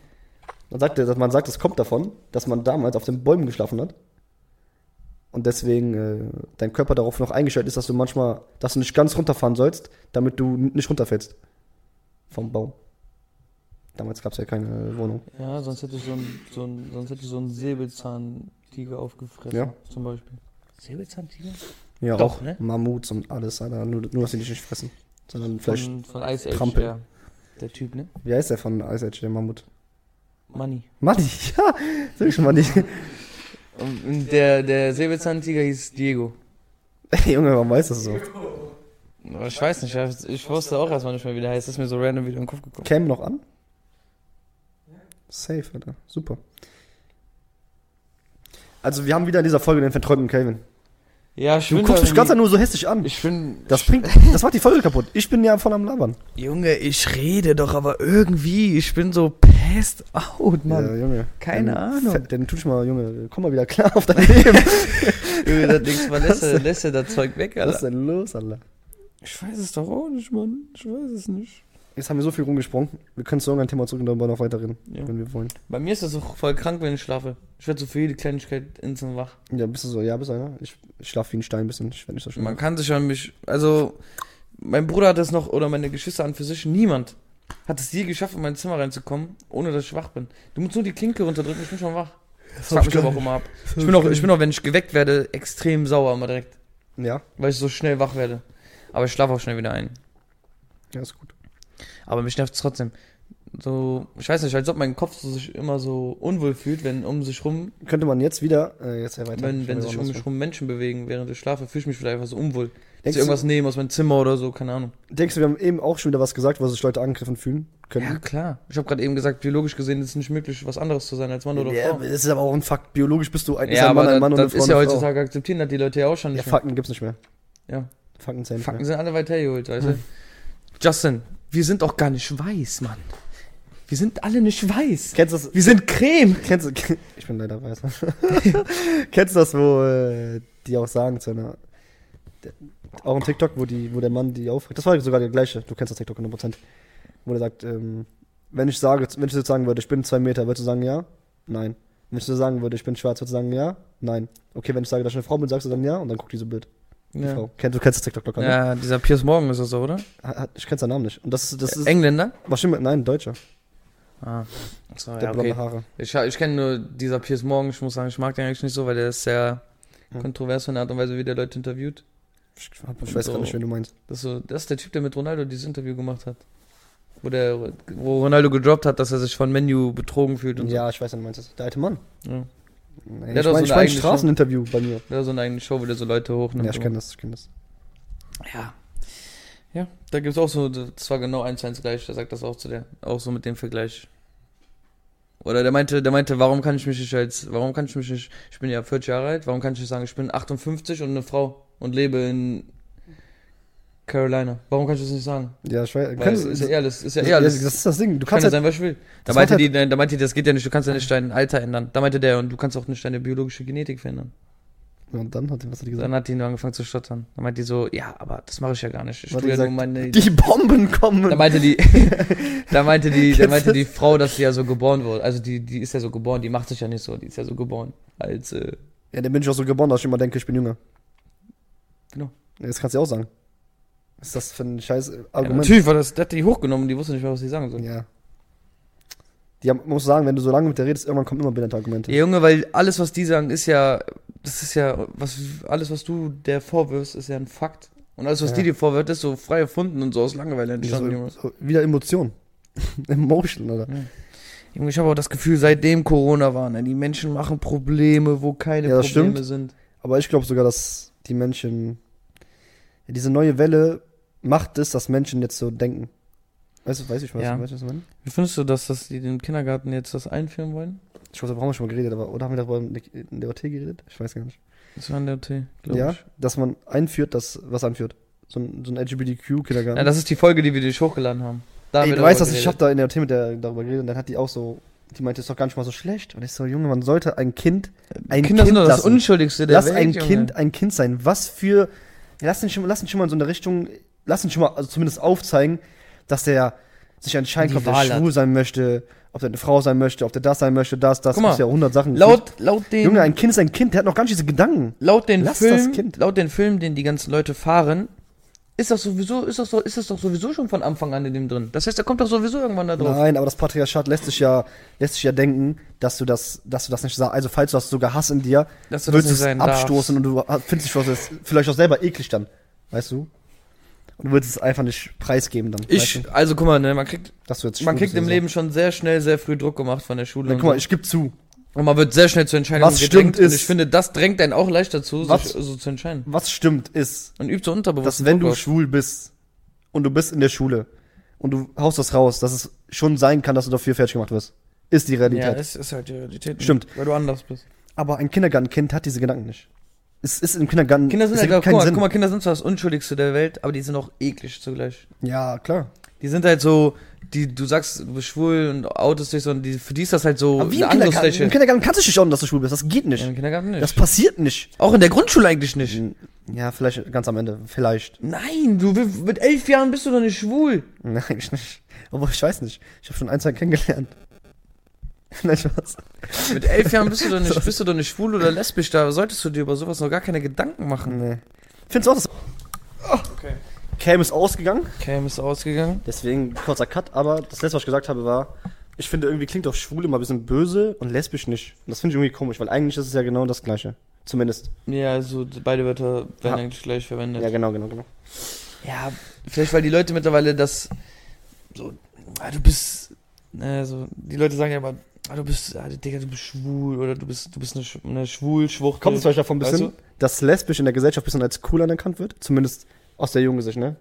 Man sagt, ja, dass man sagt, das kommt davon, dass man damals auf den Bäumen geschlafen hat und deswegen äh, dein Körper darauf noch eingestellt ist, dass du manchmal, dass du nicht ganz runterfahren sollst, damit du n- nicht runterfällst vom Baum. Damals gab es ja keine Wohnung. Ja, sonst hätte ich so einen, so einen, sonst hätte ich so einen Säbelzahntiger aufgefressen, Ja. zum Beispiel. Säbelzahntiger? Ja, Doch, auch ne? Mammuts und alles, Alter. Nur, nur, dass sie dich nicht fressen. Sondern vielleicht, Von, von Ice Age, Trampel. ja. Der Typ, ne? wie heißt der von Ice Age, der Mammut? Money. Manni, ja, sag schon Manni. Und der, der Säbelzahntiger hieß Diego. Ey, Junge, warum weiß das so? Aber ich weiß nicht, ich- ich wusste auch erstmal nicht mehr, wie der heißt. Das ist mir so random wieder in den Kopf gekommen. Cam noch an? Safe, Alter. Super. Also, wir haben wieder in dieser Folge den verträumten Calvin. Ja, ich Du bin guckst da dich ganz irgendwie- nur so hässlich an. Ich bin. Das bringt, das macht die Folge kaputt. Ich bin ja voll am Labern. Junge, ich rede doch, aber irgendwie, ich bin so pest out, Ja, Mann. Junge. Keine dann, Ahnung. Dann tu dich mal, Junge, komm mal wieder klar auf dein Leben. Junge, das nächste Mal lässt er, lässt er das Zeug weg, Was ist Alter. denn los, Alter? Ich weiß es doch auch nicht, Mann. Ich weiß es nicht. Jetzt haben wir so viel rumgesprungen. Wir können zu irgendeinem Thema zurück und darüber noch weiterreden, Ja. wenn wir wollen. Bei mir ist das auch voll krank, wenn ich schlafe. Ich werde so für jede Kleinigkeit instant wach. Ja, bist du so, ja, bist du einer? Ich, ich schlaf wie ein Stein ein bisschen, ich werd nicht so schlimm. Man kann sich an mich. Also, mein Bruder hat es noch, oder meine Geschwister an für sich, niemand hat es je geschafft, in mein Zimmer reinzukommen, ohne dass ich wach bin. Du musst nur die Klinke runterdrücken, ich bin schon wach. Das fuckt mich aber auch immer ab. Ich bin auch, ich bin auch, wenn ich geweckt werde, extrem sauer immer direkt, Ja, weil ich so schnell wach werde. Aber ich schlafe auch schnell wieder ein. ja, ist gut. Aber mich nervt es trotzdem. So, ich weiß nicht, als ob mein Kopf so sich immer so unwohl fühlt, wenn um sich rum Könnte man jetzt wieder, äh, jetzt ja weiter. Wenn, Ich wenn will sich um woanders mich herum Menschen bewegen, während ich schlafe, fühle ich mich vielleicht einfach so unwohl. Denkst Denkst du du, irgendwas nehmen aus meinem Zimmer oder so, keine Ahnung. denkst du, wir haben eben auch schon wieder was gesagt, wo sich Leute angegriffen fühlen Ja, können? klar. Ich habe gerade eben gesagt, biologisch gesehen ist es nicht möglich, was anderes zu sein als Mann oder Ja, Frau. das ist aber auch ein Fakt. Biologisch bist du ein, ist Ja, ein Mann, ein Mann und das, eine das Frau. ist ja eine Frau. heutzutage akzeptieren, hat die Leute ja auch schon Ja, nicht. mehr. Fakten gibt's nicht mehr. Ja. Fakten zählen nicht Fakten mehr. sind alle weit hergeholt, weißt du? Justin, wir sind auch gar nicht weiß, Mann. Wir sind alle nicht weiß. Kennst du das? Wir sind Creme. Kennst du, ich bin leider weiß. Kennst du das, wo äh, die auch sagen zu einer. der- Auch ein TikTok, wo, die, wo der Mann die aufregt. Das war sogar der gleiche. Du kennst das TikTok 100%. Wo der sagt, ähm, wenn ich sage, wenn ich jetzt sagen würde, ich bin zwei Meter, würdest du sagen ja? Nein. Wenn ich so sagen würde, ich bin schwarz, würdest du sagen ja? Nein. Okay, wenn ich sage, dass ich eine Frau bin, sagst du dann ja? Und dann guckt die so blöd. Die Ja. Frau. Kennst, du kennst das TikTok locker, ne? ja, dieser Piers Morgan ist das so, oder? Hat- hat- Ich kenn seinen Namen nicht. Und das ist, Äh, das ist, Engländer? wahrscheinlich, nein, Deutscher. Ah. So, Der ja, blonde okay. Haare. Ich, ich kenne nur dieser Piers Morgan, ich muss sagen, ich mag den eigentlich nicht so, weil der ist sehr Hm. kontrovers von der Art und Weise, wie der Leute interviewt. Ich, ich weiß So. gar nicht, wen du meinst. Das ist, so, das ist der Typ, der mit Ronaldo dieses Interview gemacht hat. Wo, der, wo Ronaldo gedroppt hat, dass er sich von Menu betrogen fühlt und Ja, ich weiß, wen du meinst. Das ist Der alte Mann. so. Ja. Nee, Der ich hat auch so meine eine ich mein eigene Straßeninterview bei mir. Ja, so eine eigene Show, wo der so Leute hochnimmt. Ja, ich kenne das, ich kenne das. Ja. Ja, da gibt's auch so, das war genau eins zu eins gleich, der sagt das auch zu der, auch so mit dem Vergleich. Oder der meinte, der meinte, warum kann ich mich nicht als, warum kann ich mich nicht, ich bin ja 40 Jahre alt, warum kann ich nicht sagen, ich bin 58 und eine Frau und lebe in Carolina. Warum kann ich das nicht sagen? Ja, ich weiß. Weil Kannst, ist ja ehrlich, ist ja das, ehrlich. das ist das Ding. Du kann kannst ja halt, sein, was ich will. Da Das meinte, macht die, nein, da meinte die, das geht ja nicht, du kannst ja nicht dein Alter ändern. Da meinte der, und du kannst auch nicht deine biologische Genetik verändern. und dann hat die, was hat die gesagt? Dann hat die nur angefangen zu stottern. Dann meinte die so, ja, aber das mache ich ja gar nicht. Ich Hat tue die ja nur gesagt, meine. Die Bomben kommen. Da meinte die, da meinte die, da Kennst meinte du die Frau, dass sie ja so geboren wurde. Also die, die ist ja so geboren, die macht sich ja nicht so, die ist ja so geboren. Als äh, ja, dann bin ich auch so geboren, dass ich immer denke, ich bin jünger. Genau. Ja, Das kannst du ja auch sagen. Was ist das für ein scheiß äh, ja, Argument? natürlich war das, der hat die hochgenommen, die wusste nicht mehr, was sie sagen soll. Ja. Die haben, man muss sagen, wenn du so lange mit der redest, irgendwann kommen immer benannte Argumente. Ja, Junge, weil alles, was die sagen, ist ja, das ist ja, was, alles, was du der vorwirfst, ist ja ein Fakt. Und alles, was Ja. die dir vorwirft, ist so frei erfunden und so aus Langeweile entstanden, so, Junge. so, wieder Emotion. Emotion, Alter. Junge, ich habe auch das Gefühl, seitdem Corona war, ne, die Menschen machen Probleme, wo keine Ja, das Probleme stimmt. sind. Aber ich glaube sogar, dass die Menschen. Ja, diese neue Welle macht es, dass Menschen jetzt so denken. Weißt du, weiß ich was, Ja. weißt du, was ich meine? Wie findest du das, dass die den Kindergarten jetzt das einführen wollen? Ich glaube, darüber haben wir schon mal geredet, aber oder haben wir darüber in der- in der OT geredet? Ich weiß gar nicht. Das war in der T, glaube Ja, ich. dass man einführt, das was einführt. So ein, so ein LGBTQ-Kindergarten. Ja, das ist die Folge, die wir dir hochgeladen haben. Da haben Ey, wir du weißt, darüber dass ich hab geredet. da in der OT mit der darüber geredet und dann hat die auch so, die meinte, ist doch gar nicht mal so schlecht. Und ich so, Junge, man sollte ein Kind, ein Kinder Kind sind doch das lassen. Unschuldigste der lass Welt, ein Junge. Kind ein Kind sein. Was für. Lass ihn schon, lass ihn schon mal in so eine Richtung. Lass ihn schon mal, also zumindest aufzeigen, dass der sich entscheiden Die kann, ob der Wahl hat. schwul sein möchte, ob der eine Frau sein möchte, ob der das sein möchte, das, das. Guck mal, Gibt's ja 100 Sachen. Laut, laut den, Junge, ein Kind ist ein Kind, der hat noch gar nicht diese Gedanken. laut den lass das Film, Kind. laut den Film, den die ganzen Leute fahren, ist das sowieso, ist das, so, ist das doch sowieso schon von Anfang an in dem drin. Das heißt, er kommt doch sowieso irgendwann da drauf. Nein, aber das Patriarchat lässt sich ja, lässt sich ja denken, dass du das, dass du das nicht sagst. Also falls du hast sogar Hass in dir, Dass du würdest das du nicht es sein abstoßen und du findest dich was- vielleicht auch selber eklig dann, weißt du? Und du würdest es einfach nicht preisgeben dann. weißt Ich, also guck mal, ne, man kriegt, du, dass du jetzt schwul man kriegt bist im oder so. Leben schon sehr schnell, sehr früh Druck gemacht von der Schule. Na, und guck mal, so. ich gebe zu. und man wird sehr schnell zu Entscheidungen Was gedrängt. stimmt und ist- ich finde, das drängt einen auch leicht dazu, Was- sich so zu entscheiden. Was stimmt ist, Und übt so unterbewusst. dass wenn du Druck aus. schwul bist und du bist in der Schule und du haust das raus, dass es schon sein kann, dass du dafür fertig gemacht wirst. Ist die Ja, Realität. es ist halt die Realität. Stimmt. Weil du anders bist. Aber ein Kindergartenkind hat diese Gedanken nicht. Es ist im Kindergarten. Kinder sind es ja, ergibt guck keinen mal, Sinn. guck mal, Kinder sind zwar das Unschuldigste der Welt, aber die sind auch eklig zugleich. Ja, klar. Die sind halt so, die, du sagst, du bist schwul und outest dich so, und die, für die ist das halt so Aber wie im eine Kindergarten? Im Angriffsfläche. Kindergarten kannst du dich schauen, dass du schwul bist. Das geht nicht. Ja, Im Kindergarten nicht. Das passiert nicht. auch in der Grundschule eigentlich nicht. Ja, vielleicht ganz am Ende. Vielleicht. Nein, du wi- mit elf Jahren bist du doch nicht schwul. Nein, ich nicht. Aber ich weiß nicht. Ich habe schon ein, zwei kennengelernt. Nein, Spaß. Mit elf Jahren bist du doch nicht, bist du doch nicht schwul oder lesbisch. Da solltest du dir über sowas noch gar keine Gedanken machen. Nee. Findest du auch das? Okay. Cam ist ausgegangen. Cam ist ausgegangen. Deswegen kurzer Cut. Aber das letzte, was ich gesagt habe, war, ich finde irgendwie klingt doch schwul immer ein bisschen böse und lesbisch nicht. Und das finde ich irgendwie komisch, weil eigentlich ist es ja genau das Gleiche. Zumindest. Ja, also beide Wörter werden Ja. eigentlich gleich verwendet. Ja, genau, genau, genau. Ja, vielleicht weil die Leute mittlerweile das so, ah, du bist, äh, so, ne, die Leute sagen ja immer, ah, du bist, ah, Digga, du bist schwul oder du bist, du bist eine, Sch- eine Schwulschwuchtel. Kommt es vielleicht davon ein Weißt bisschen, du? dass lesbisch in der Gesellschaft ein bisschen als cool anerkannt wird? Zumindest aus der Jungen Sicht, ne?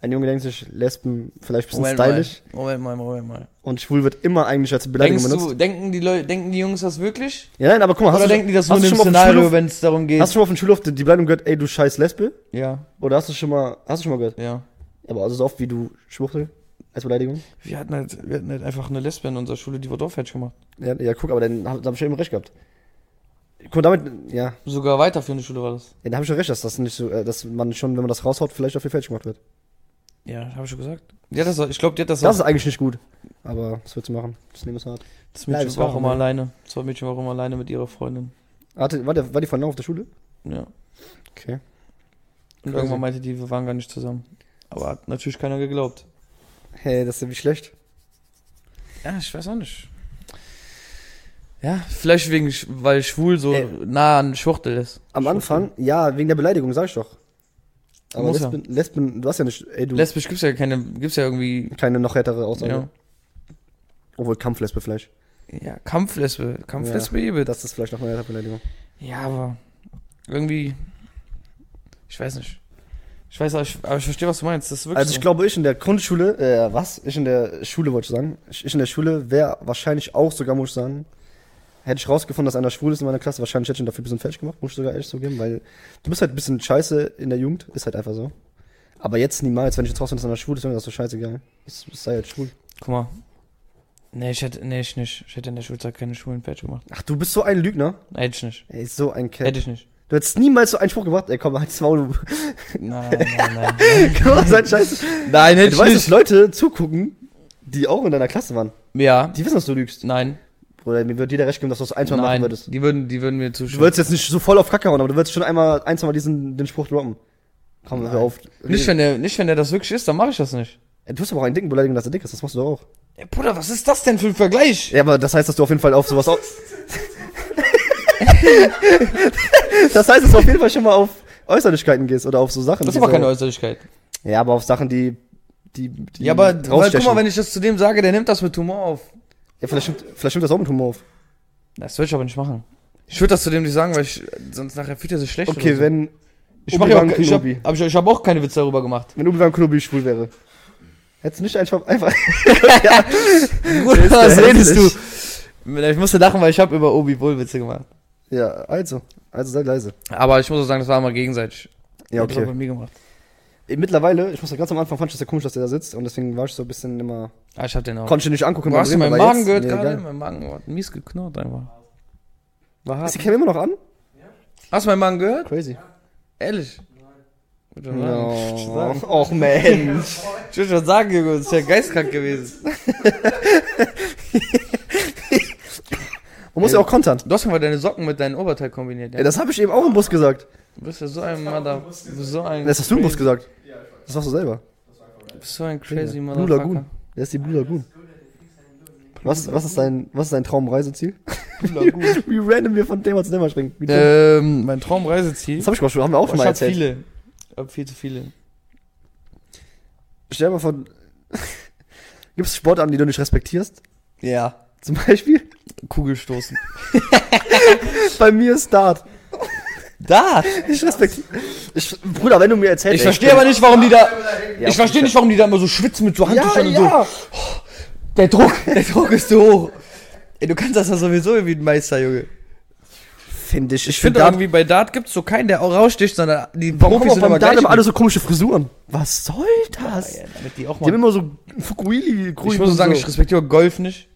Ein Junge denkt sich, Lesben vielleicht ein bisschen Moment mal, stylisch Moment mal, Moment mal. und schwul wird immer eigentlich als Beleidigung Denkst benutzt. du, denken die Leute, denken die Jungs das wirklich? ja, nein, aber guck mal, hast Oder du, denken die das nur hast in du dem schon mal auf dem Szenario, Schulhof, wenn es darum geht? hast du schon mal auf dem Schulhof die die Beleidigung gehört, ey, du scheiß Lesbe? ja, Oder hast du schon mal, hast du schon mal gehört? ja. Aber also so oft wie du Schwuchtel als Beleidigung? Wir hatten, halt, wir hatten halt einfach eine Lesbe in unserer Schule, die wurde auch fertig gemacht. Ja, ja guck, aber dann hab, da hab ich ja eben recht gehabt. Guck mal, damit, ja, Sogar weiterführende Schule war das. ja da hab ich schon recht, dass das nicht so, äh, dass man schon, wenn man das raushaut, vielleicht dafür fertig gemacht wird. Ja, habe ich schon gesagt. Die hat das, auch- ich glaube, die hat das, Das ist auch. eigentlich nicht gut. Aber was willst du machen? Das Leben ist hart. Das Ja, Mädchen das war war auch immer auch, ne? alleine. Das Mädchen war auch immer alleine mit ihrer Freundin. Hatte, war, der, war die vorhin noch auf der Schule? Ja. Okay. Und Crazy. irgendwann meinte die, wir waren gar nicht zusammen. Aber hat natürlich keiner geglaubt. Hey, das ist ja wie schlecht. Ja, ich weiß auch nicht. Ja, vielleicht wegen, sch- weil schwul so Ey. nah an Schwuchtel ist. Am Anfang, ja, wegen der Beleidigung, sag ich doch. Aber Muss Lesben, Lesben, du hast ja nicht, ey, du, Lesbisch gibt's ja keine, gibt's ja irgendwie, keine noch härtere Aussage. ja. Obwohl Kampflesbe vielleicht. Ja, Kampflesbe. Kampflesbe ja. eben. Das ist vielleicht noch eine härtere Beleidigung. Ja, aber irgendwie. Ich weiß nicht. Ich weiß, aber ich, aber ich verstehe, was du meinst. Das ist wirklich. Also ich glaube, ich in der Grundschule, äh, was? Ich in der Schule wollte ich sagen. Ich, ich in der Schule wäre wahrscheinlich auch sogar, muss ich sagen, hätte ich rausgefunden, dass einer schwul ist in meiner Klasse, wahrscheinlich hätte ich ihn dafür ein bisschen fertig gemacht, muss ich sogar ehrlich zugeben, weil du bist halt ein bisschen scheiße in der Jugend, ist halt einfach so. Aber jetzt niemals, wenn ich jetzt rausfinde, dass einer schwul ist, dann ist das so scheißegal. Es es sei halt schwul. so. Guck mal. Nee, ich hätte, nee, ich nicht. Ich hätte in der Schulzeit keine Schulen fertig gemacht. Ach, du bist so ein Lügner. Hätte ich nicht. Ey, so ein Kerl. Hätte ich nicht. Du hättest niemals so einen Spruch gemacht. Ey, komm, halt's Maul. du- Nein, nein, nein. Komm, sein Scheiße. nein, Du weißt, dass Leute zugucken, die auch in deiner Klasse waren. Ja. Die wissen, dass du lügst. Nein. Bruder, mir wird jeder recht geben, dass du das eins mal machen Nein. würdest. Die würden, die würden mir Du zuschauen. würdest jetzt nicht so voll auf Kacke hauen, aber du würdest schon einmal, ein, zwei Mal diesen, den Spruch droppen. Komm, hör auf. Nicht wenn, der, nicht, wenn der das wirklich ist, dann mache ich das nicht. Ey, Du hast aber auch einen dicken Beleidigung, dass er dick ist, das machst du doch auch. Ey, Bruder, was ist das denn für ein Vergleich? Ja, aber das heißt, dass du auf jeden Fall auf sowas aus. das heißt, dass du auf jeden Fall schon mal auf Äußerlichkeiten gehst oder auf so Sachen. Das ist die aber keine so, Äußerlichkeit. Ja, aber auf Sachen, die. die, die Ja, aber weil, guck mal, rausstechen. wenn ich das zu dem sage, der nimmt das mit Humor auf. Ja, vielleicht stimmt, vielleicht stimmt das auch mit Humor auf. Das würde ich aber nicht machen. Ich würde das zu dem nicht sagen, weil ich, sonst nachher fühlt er sich schlecht. Okay, oder so. wenn. Ich, mach ja Obi-Wan auch, ich habe Kenobi. hab, ich, ich hab auch keine Witze darüber gemacht. Wenn Obi-Wan Kenobi schwul wäre. Hättest du nicht einfach. einfach Bruder, was redest du? Ich musste lachen, weil ich habe über Obi wohl Witze gemacht. ja, also. Also sei leise. Aber ich muss auch sagen, das war immer gegenseitig. Ja, Ich hab Das okay. auch bei mir gemacht. Äh, Mittlerweile, ich muss ja ganz am Anfang fand ich das ja komisch, dass der da sitzt und deswegen war ich so ein bisschen immer. Ah, ich hab den auch. Konnte ich nicht angucken. Boah, beim hast du Reden, meinen aber Magen jetzt- gehört nee, gerade? egal. Mein Magen hat mies geknurrt einfach. War Ist die hart. Cam immer noch an? Hast du meinen Magen gehört? Crazy. Ehrlich? Nein. No. Och, Mensch. Ich würde schon sagen, Junge, das ist ja geistkrank gewesen. Man muss ja auch kontern. Du hast mal deine Socken mit deinem Oberteil kombiniert. Ey, Ja? das habe ich eben auch im Bus gesagt. Du bist ja so ein Mother. du bist So ein Das hast du im Bus gesagt. Das machst du selber. Du bist so ein crazy Blue Motherfucker. Lagoon. Der ist die Blue Lagoon. Was, was ist dein, was ist dein Traumreiseziel? Blue Lagoon. Wie random wir von Thema zu Thema springen. Wie dumm. ähm, mein Traumreiseziel. das hab ich auch schon, haben wir auch schon Boah, ich mal hab erzählt. viele. Ich hab viel zu viele. Stell dir mal vor, gibt es Sportarten, die du nicht respektierst? Ja. Zum Beispiel Kugelstoßen. bei mir ist Dart. Da! Ich respektiere. Ich, Bruder, wenn du mir erzählst. Ich verstehe aber nicht, warum die da. Ja, ich verstehe okay. nicht, warum die da immer so schwitzen mit so Ja, Handtüchern und so. ja. Der Druck, der Druck ist zu hoch. Ey, du kannst das ja sowieso wie ein Meister, Junge. Finde ich. Ich Ich finde finde Dart. irgendwie bei Dart gibt's so keinen, der raussticht, sondern die Warum Profis haben sind beim immer Dart gleich. immer alle so komische Frisuren? Was soll das? ja, damit die auch Die haben immer mal. so fukuili grün Ich muss so sagen, ich respektiere Golf nicht.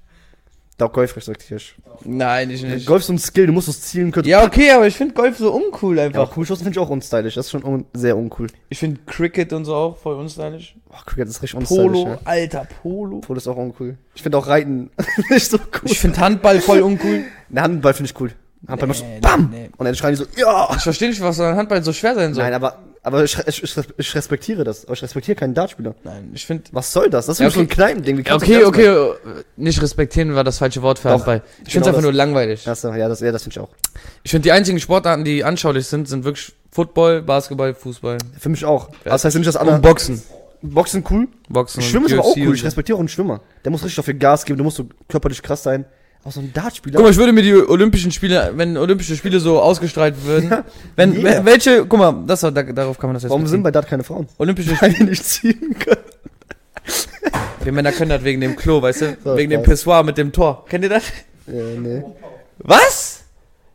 Doch, Golf respektierst. Nein, ich nicht. Golf ist so ein Skill, du musst es zielen können. Ja, okay, aber ich finde Golf so uncool Ja, einfach. aber Kugelstoßen finde ich auch unstylisch. Das ist schon un sehr uncool. Ich finde Cricket und so auch voll unstylisch. Boah, Cricket ist richtig unstylisch. Polo, Ja. alter Polo. Polo ist auch uncool. Ich finde auch Reiten nicht so cool. Ich finde Handball voll uncool. Ne, Handball finde ich cool. Handball machst nee, du BAM! nee. Und dann schreien die so, ja! Ich verstehe nicht, was an Handball so schwer sein soll. Nein, aber, aber ich, ich, ich, ich respektiere das. Aber ich respektiere keinen Dartspieler. Nein, ich finde. Was soll das? Das ist Ja, ja, so ein okay. Kneipending. wie kannst du Okay, das okay, äh, nicht respektieren war das falsche Wort für Doch, Handball. Ich genau finde es einfach das. nur langweilig. Das, ja, das, ja, das finde ich auch. Ich finde die einzigen Sportarten, die anschaulich sind, sind wirklich Football, Basketball, Fußball Für mich auch. Aber Ah, Das heißt ja nicht, dass alle und Boxen. Boxen cool. Boxen und Schwimmen ist aber auch UFC cool. und Ich so. respektiere auch einen Schwimmer. Der muss richtig dafür Gas geben. Du musst so körperlich krass sein. Auch so ein Dartspieler. Guck mal, ich würde mir die Olympischen Spiele, wenn Olympische Spiele so ausgestrahlt würden, wenn jeder. wel- welche, guck mal, das, war- da, darauf kann man das jetzt Warum sind beziehen. bei Dart keine Frauen? Olympische Spiele, Weil die nicht ziehen können. wir Männer können das wegen dem Klo, weißt du, So, wegen dem Spaß. Pissoir mit dem Tor. Kennt ihr das? Äh, nee. Was?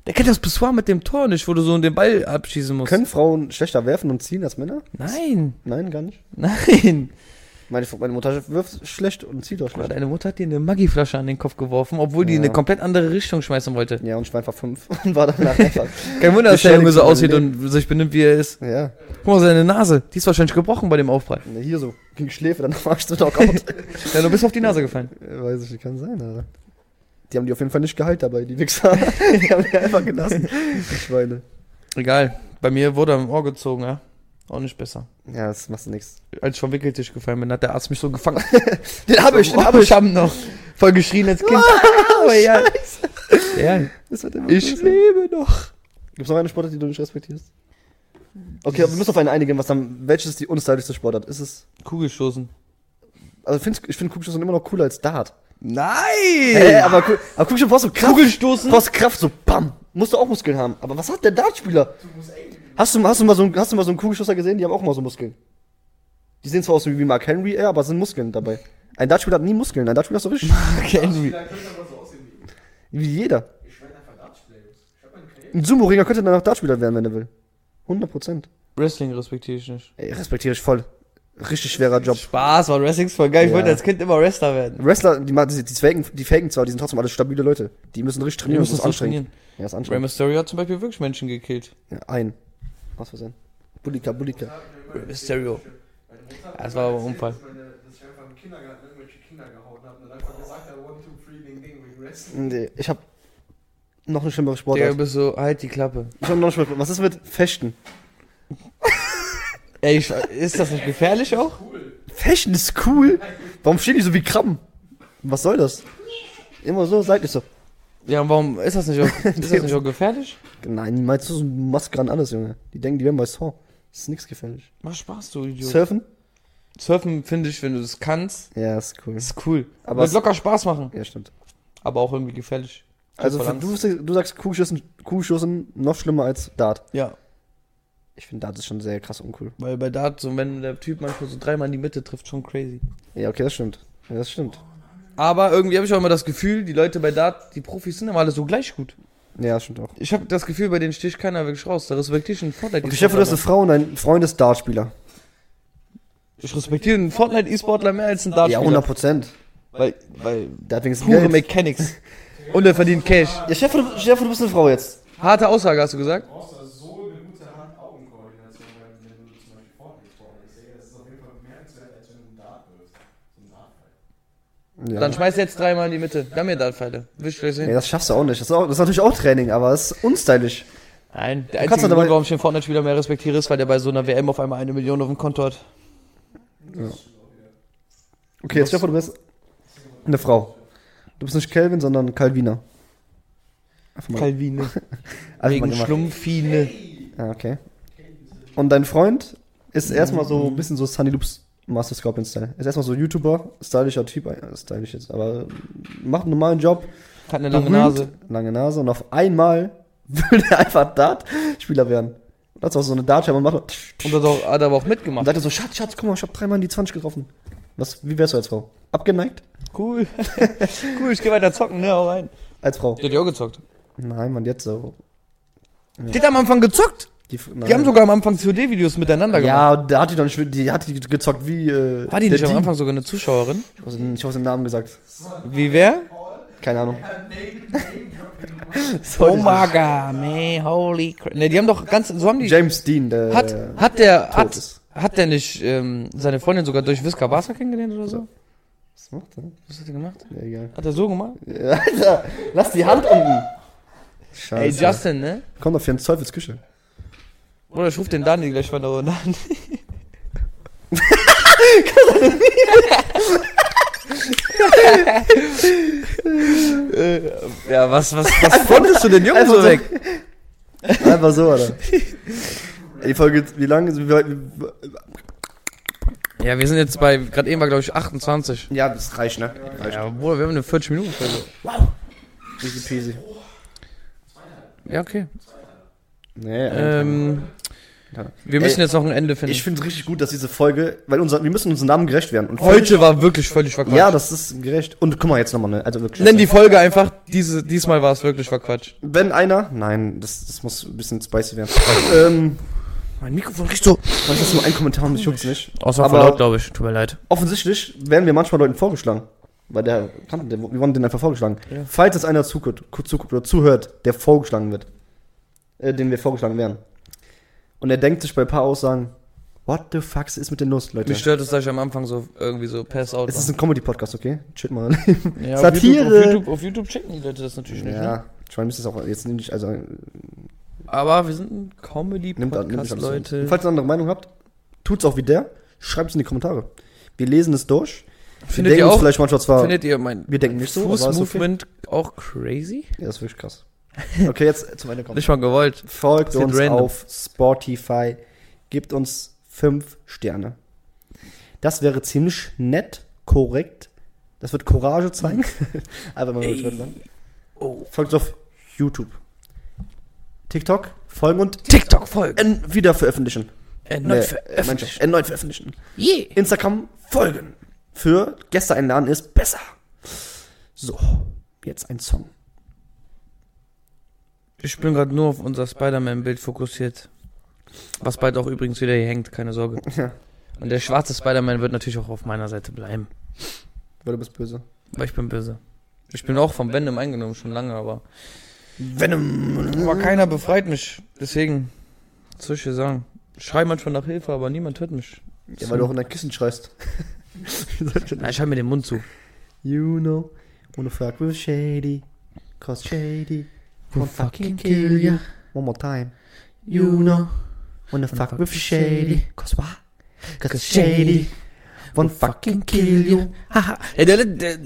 Der kennt das Pissoir mit dem Tor nicht, wo du so den Ball abschießen musst. Können Frauen schlechter werfen und ziehen als Männer? Nein, Nein, gar nicht. nein. Meine, meine Mutter wirft schlecht und zieht auch Boah, schlecht. deine Mutter hat dir eine Maggi-Flasche an den Kopf geworfen, obwohl die in eine Ja. komplett andere Richtung schmeißen wollte. Ja, und ich war einfach fünf und war danach einfach. Kein Wunder, dass der Junge so Beschädigt aussieht und sich benimmt, wie er ist. Ja, Guck mal, seine Nase, die ist wahrscheinlich gebrochen bei dem Aufprall. ne, hier so. Gegen Schläfe, dann am Arsch so Knockout. Ja, du bist auf die Nase gefallen. Äh, Weiß ich, nicht, kann sein, Alter. Die haben die auf jeden Fall nicht geheilt dabei, die Wichser. die haben die einfach gelassen. Die Schweine. Egal, bei mir wurde am Ohr gezogen, ja. Auch nicht besser. Ja, das machst du nichts. Als ich vom Wickeltisch gefallen bin, hat der Arzt mich so gefangen. Den hab ich, den hab ich. hab noch. Voll geschrien als Kind. Aber ja. ja. Das wird immer Ich größer. lebe noch. Gibt's noch eine Sportart, die du nicht respektierst? Okay, aber wir müssen auf eine einigen, was dann, welches ist die unstylischste Sportart? Ist es, Kugelstoßen. also find's, ich finde Kugelstoßen immer noch cooler als Dart. Nein! Hey, aber, Ku- aber Kugelstoßen brauchst du Kraft. Kugelstoßen? Brauchst Kraft, so bam. Musst du auch Muskeln haben. Aber was hat der Dartspieler? Hast du, hast du mal so einen, hast du mal so einen Kugelschusser gesehen? Die haben auch mal so Muskeln. Die sehen zwar aus wie Mark Henry, ja, aber sind Muskeln dabei. Ein Dartspieler hat nie Muskeln. Ein Dartspieler ist so richtig. Okay, Henry. Vielleicht könnte aber so aussehen wie ich. Wie jeder. Ich werde einfach Dartspieler, Jungs. Ich hab meine Karriere. Ein Sumo-Ringer könnte danach Dartspieler werden, wenn er will. 100 Prozent. Wrestling respektiere ich nicht. Ey, respektiere ich voll. Richtig schwerer Job. Spaß, war Wrestling ist voll geil. Ich Ja. wollte als Kind immer Wrestler werden. Wrestler, die, machen- die, die, faken, die faken zwar, die sind trotzdem alles stabile Leute. Die müssen richtig trainieren, das ist so anstrengend. Ja, ist Rey anstrengend. Mysterio hat zum Beispiel wirklich Menschen gekillt. Ja, ein. Was für sein? Bulika, Bulika. Rey Mysterio. Meine Mutter hat Ja, es mir war mal aber erzählt, Unfall. Dass, meine, dass ich einfach im Kindergarten irgendwelche Kinder gehauen habe und dann einfach gesagt habe, one, two, three, ding, ding, wegen Wrestling. Nee, ich hab noch eine schlimmere Digga, du Sportart. bist so, halt die Klappe. Ich hab noch eine schlimmere Was ist mit Fechten? Ey, ich, ist das nicht gefährlich auch? Fechten ist cool. Warum stehen die so wie Krabben? Was soll das? Immer so, seitlich so. Ja, und warum ist das nicht auch, ist das nicht auch gefährlich? Nein, meinst du so Maske an alles, Junge? Die denken, die wären bei Saw. Das ist nichts gefährlich. Mach Spaß, du Idiot. Surfen? Surfen finde ich, wenn du das kannst, Ja, ist cool. ist cool. Aber Aber Wird es- locker Spaß machen. Ja, stimmt. Aber auch irgendwie gefährlich. Also Voll für, Angst. du, du sagst Kuhschüssen, Kuhschüssen noch schlimmer als Dart. Ja, Ich finde Dart ist schon sehr krass uncool. weil bei Dart, so wenn der Typ manchmal so dreimal in die Mitte trifft, schon crazy. Ja, okay, das stimmt. Ja, das stimmt. Aber irgendwie habe ich auch immer das Gefühl, die Leute bei Dart, die Profis sind immer alle so gleich gut. Ja, das stimmt auch. Ich habe das Gefühl, bei denen sticht keiner wirklich raus. Da respektiere ich einen Fortnite. Und ich hoffe, du hast eine Frau und ein Freund ist Dartspieler. Ich respektiere einen Fortnite-E-Sportler mehr als einen Dartspieler. Prozent. weil, weil Der ist pure Geld. Mechanics. Und er verdient Cash. Ja, Chef, du, Chef, du bist eine Frau jetzt. Harte Aussage, hast du gesagt? Du brauchst also so eine gute Hand-Augen-Koordination, weil wenn du zum Beispiel Fortnite sportlich sehe, das ist auf jeden Fall bemerkenswert, als wenn du ein Dart wirst. So ein Dartfall. Ja. Dann schmeiß jetzt dreimal in die Mitte. Dann mir Dartpfeile. Willst du gleich Nee, sehen? das schaffst du auch nicht. Das ist, auch, das ist natürlich auch Training, aber es ist unstylisch. Nein, der kannst doch einzige dabei- Grund, warum ich den Fortnite-Spieler mehr respektiere, ist, weil der bei so einer WM auf einmal eine Million auf dem Konto hat. Okay, jetzt Chef, du bist eine Frau. Du bist nicht Kelvin, sondern Calvina. Einfach mal- Calvine. einfach mal Wegen gemacht. Schlumpfine. Ja, okay. Und dein Freund ist erstmal so ein bisschen so Sunny Loops Master Scorpion Style. Ist erstmal so YouTuber, stylischer Typ, äh, stylisch jetzt, aber macht einen normalen Job. Hat eine lange berühmt, Nase. Lange Nase und auf einmal will er einfach Dart-Spieler werden. Und hat auch so eine Dartscheibe und macht so tsch, tsch. Und hat, auch, hat aber auch und mitgemacht. sagt er so, Schatz, Schatz, guck mal, ich hab dreimal in die 20 getroffen. Was, wie wärst du als Frau? Abgeneigt? Cool. cool, ich geh weiter zocken, ne? Hau rein. Als Frau? Die hat ja auch gezockt. Nein, man, jetzt so. Die hat am Anfang gezockt. Die, f- Die nein. haben sogar am Anfang COD-Videos miteinander gemacht. Ja, da hat die doch nicht, die hat die gezockt wie, äh, War die der nicht am Dean. Anfang sogar eine Zuschauerin? Ich hab's den- ich hab's den Namen gesagt. Wie wer? Keine Ahnung. Oh Omega, man, holy crap. Ne, die haben doch ganz, so haben die. James Dean, der Hat, hat der, tot hat, ist. hat der nicht ähm, seine Freundin sogar durch Visca Barca kennengelernt oder so? Was macht er? Was hat er gemacht? Ja, egal. Hat er so gemacht? Ja, Alter, lass die Hand unten. Ey, Scheiße. Justin, ne? Kommt auf Jens Teufels Küche. Oder ich ruf den Daniel gleich mal da unten an. Äh, ja, was, was, was fandest du den Jungen Einfach so Also so. weg? Einfach so, Alter. Ey, Die Folge, wie lange ist, wie weit, wie, Ja, wir sind jetzt bei, gerade eben war glaube ich 28. Ja, das reicht, ne? Reicht. Ja, Bruder, wir haben eine 40 Minuten Folge. Easy peasy. Ja, okay. Nee, Ähm, Ja. wir müssen Ey, jetzt noch ein Ende finden. ich finde es richtig gut, dass diese Folge, weil unser, wir müssen unseren Namen gerecht werden. Und Heute war wirklich völlig verquatscht. Ja, das ist gerecht. Und guck mal jetzt nochmal, ne? Also wirklich. Nenn die Folge einfach, diese, diesmal war es wirklich verquatscht. Wenn einer. Nein, das, das muss ein bisschen spicy werden. ähm, Mein Mikrofon riecht so. weil ich jetzt nur einen Kommentar und ich juckt's nicht. Außer Aber- von laut, glaube ich. Tut mir leid. Offensichtlich werden wir manchmal Leuten vorgeschlagen. Weil der kannte, der, wir wurden den einfach vorgeschlagen. Ja. Falls jetzt einer zuguckt, ku- zuguckt oder zuhört, der vorgeschlagen wird, äh, den wir vorgeschlagen werden. Und er denkt sich bei ein paar Aussagen, what the fuck ist mit den los, Leute? Mich stört es, dass ich am Anfang so irgendwie so pass out Es war. ist ein Comedy-Podcast, okay? Chill mal. Ja, auf Satire. YouTube, auf, YouTube, auf YouTube checken die Leute das natürlich nicht. Ne? ja, ich meine, es ist auch jetzt nicht, also äh, Aber wir sind nimmt, ein an- nimmt das Comedy-Podcast, alles Leute. Leute. Und falls ihr eine andere Meinung habt, tut's auch wie der, schreibt es in die Kommentare. Wir lesen es durch. wir Findet denken ihr uns auch, vielleicht manchmal zwar, findet ihr mein wir denken nicht so, aber ist okay. Fußmovement auch crazy? Ja, das ist wirklich krass. Okay, jetzt zum Ende kommen. Nicht mal gewollt. Folgt Bisschen uns random. auf Spotify. Gebt uns fünf Sterne. Das wäre ziemlich nett, korrekt. Das wird Courage zeigen. Aber man wird sagen. Oh. ne? Folgt uns auf YouTube. TikTok, folgen und TikTok folgen. en- wieder veröffentlichen. Erneut Nee, äh, mein Job. veröffentlichen. Erneut veröffentlichen. Yeah. Instagram folgen. Für Gäste einladen ist besser. So, jetzt ein Song. Ich bin gerade nur auf unser Spider-Man-Bild fokussiert. Was bald auch übrigens wieder hier hängt, keine Sorge. Ja. Und der schwarze Spider-Man wird natürlich auch auf meiner Seite bleiben. Weil du bist böse. Weil ich bin böse. Ich bin auch vom Venom eingenommen, schon lange, aber. Venom. Aber keiner befreit mich. Deswegen, was soll ich dir sagen? Ich schreie manchmal nach Hilfe, aber niemand hört mich. Ja, weil du auch in dein Kissen schreist. Wie soll ich denn- Na, ich halte mir den Mund zu. You know, wanna fuck with Shady, cause Shady will fucking kill ya. One more time. You know, wanna fuck with Shady, cause what? Cause Shady will fucking kill you. Haha. Ey, der, der,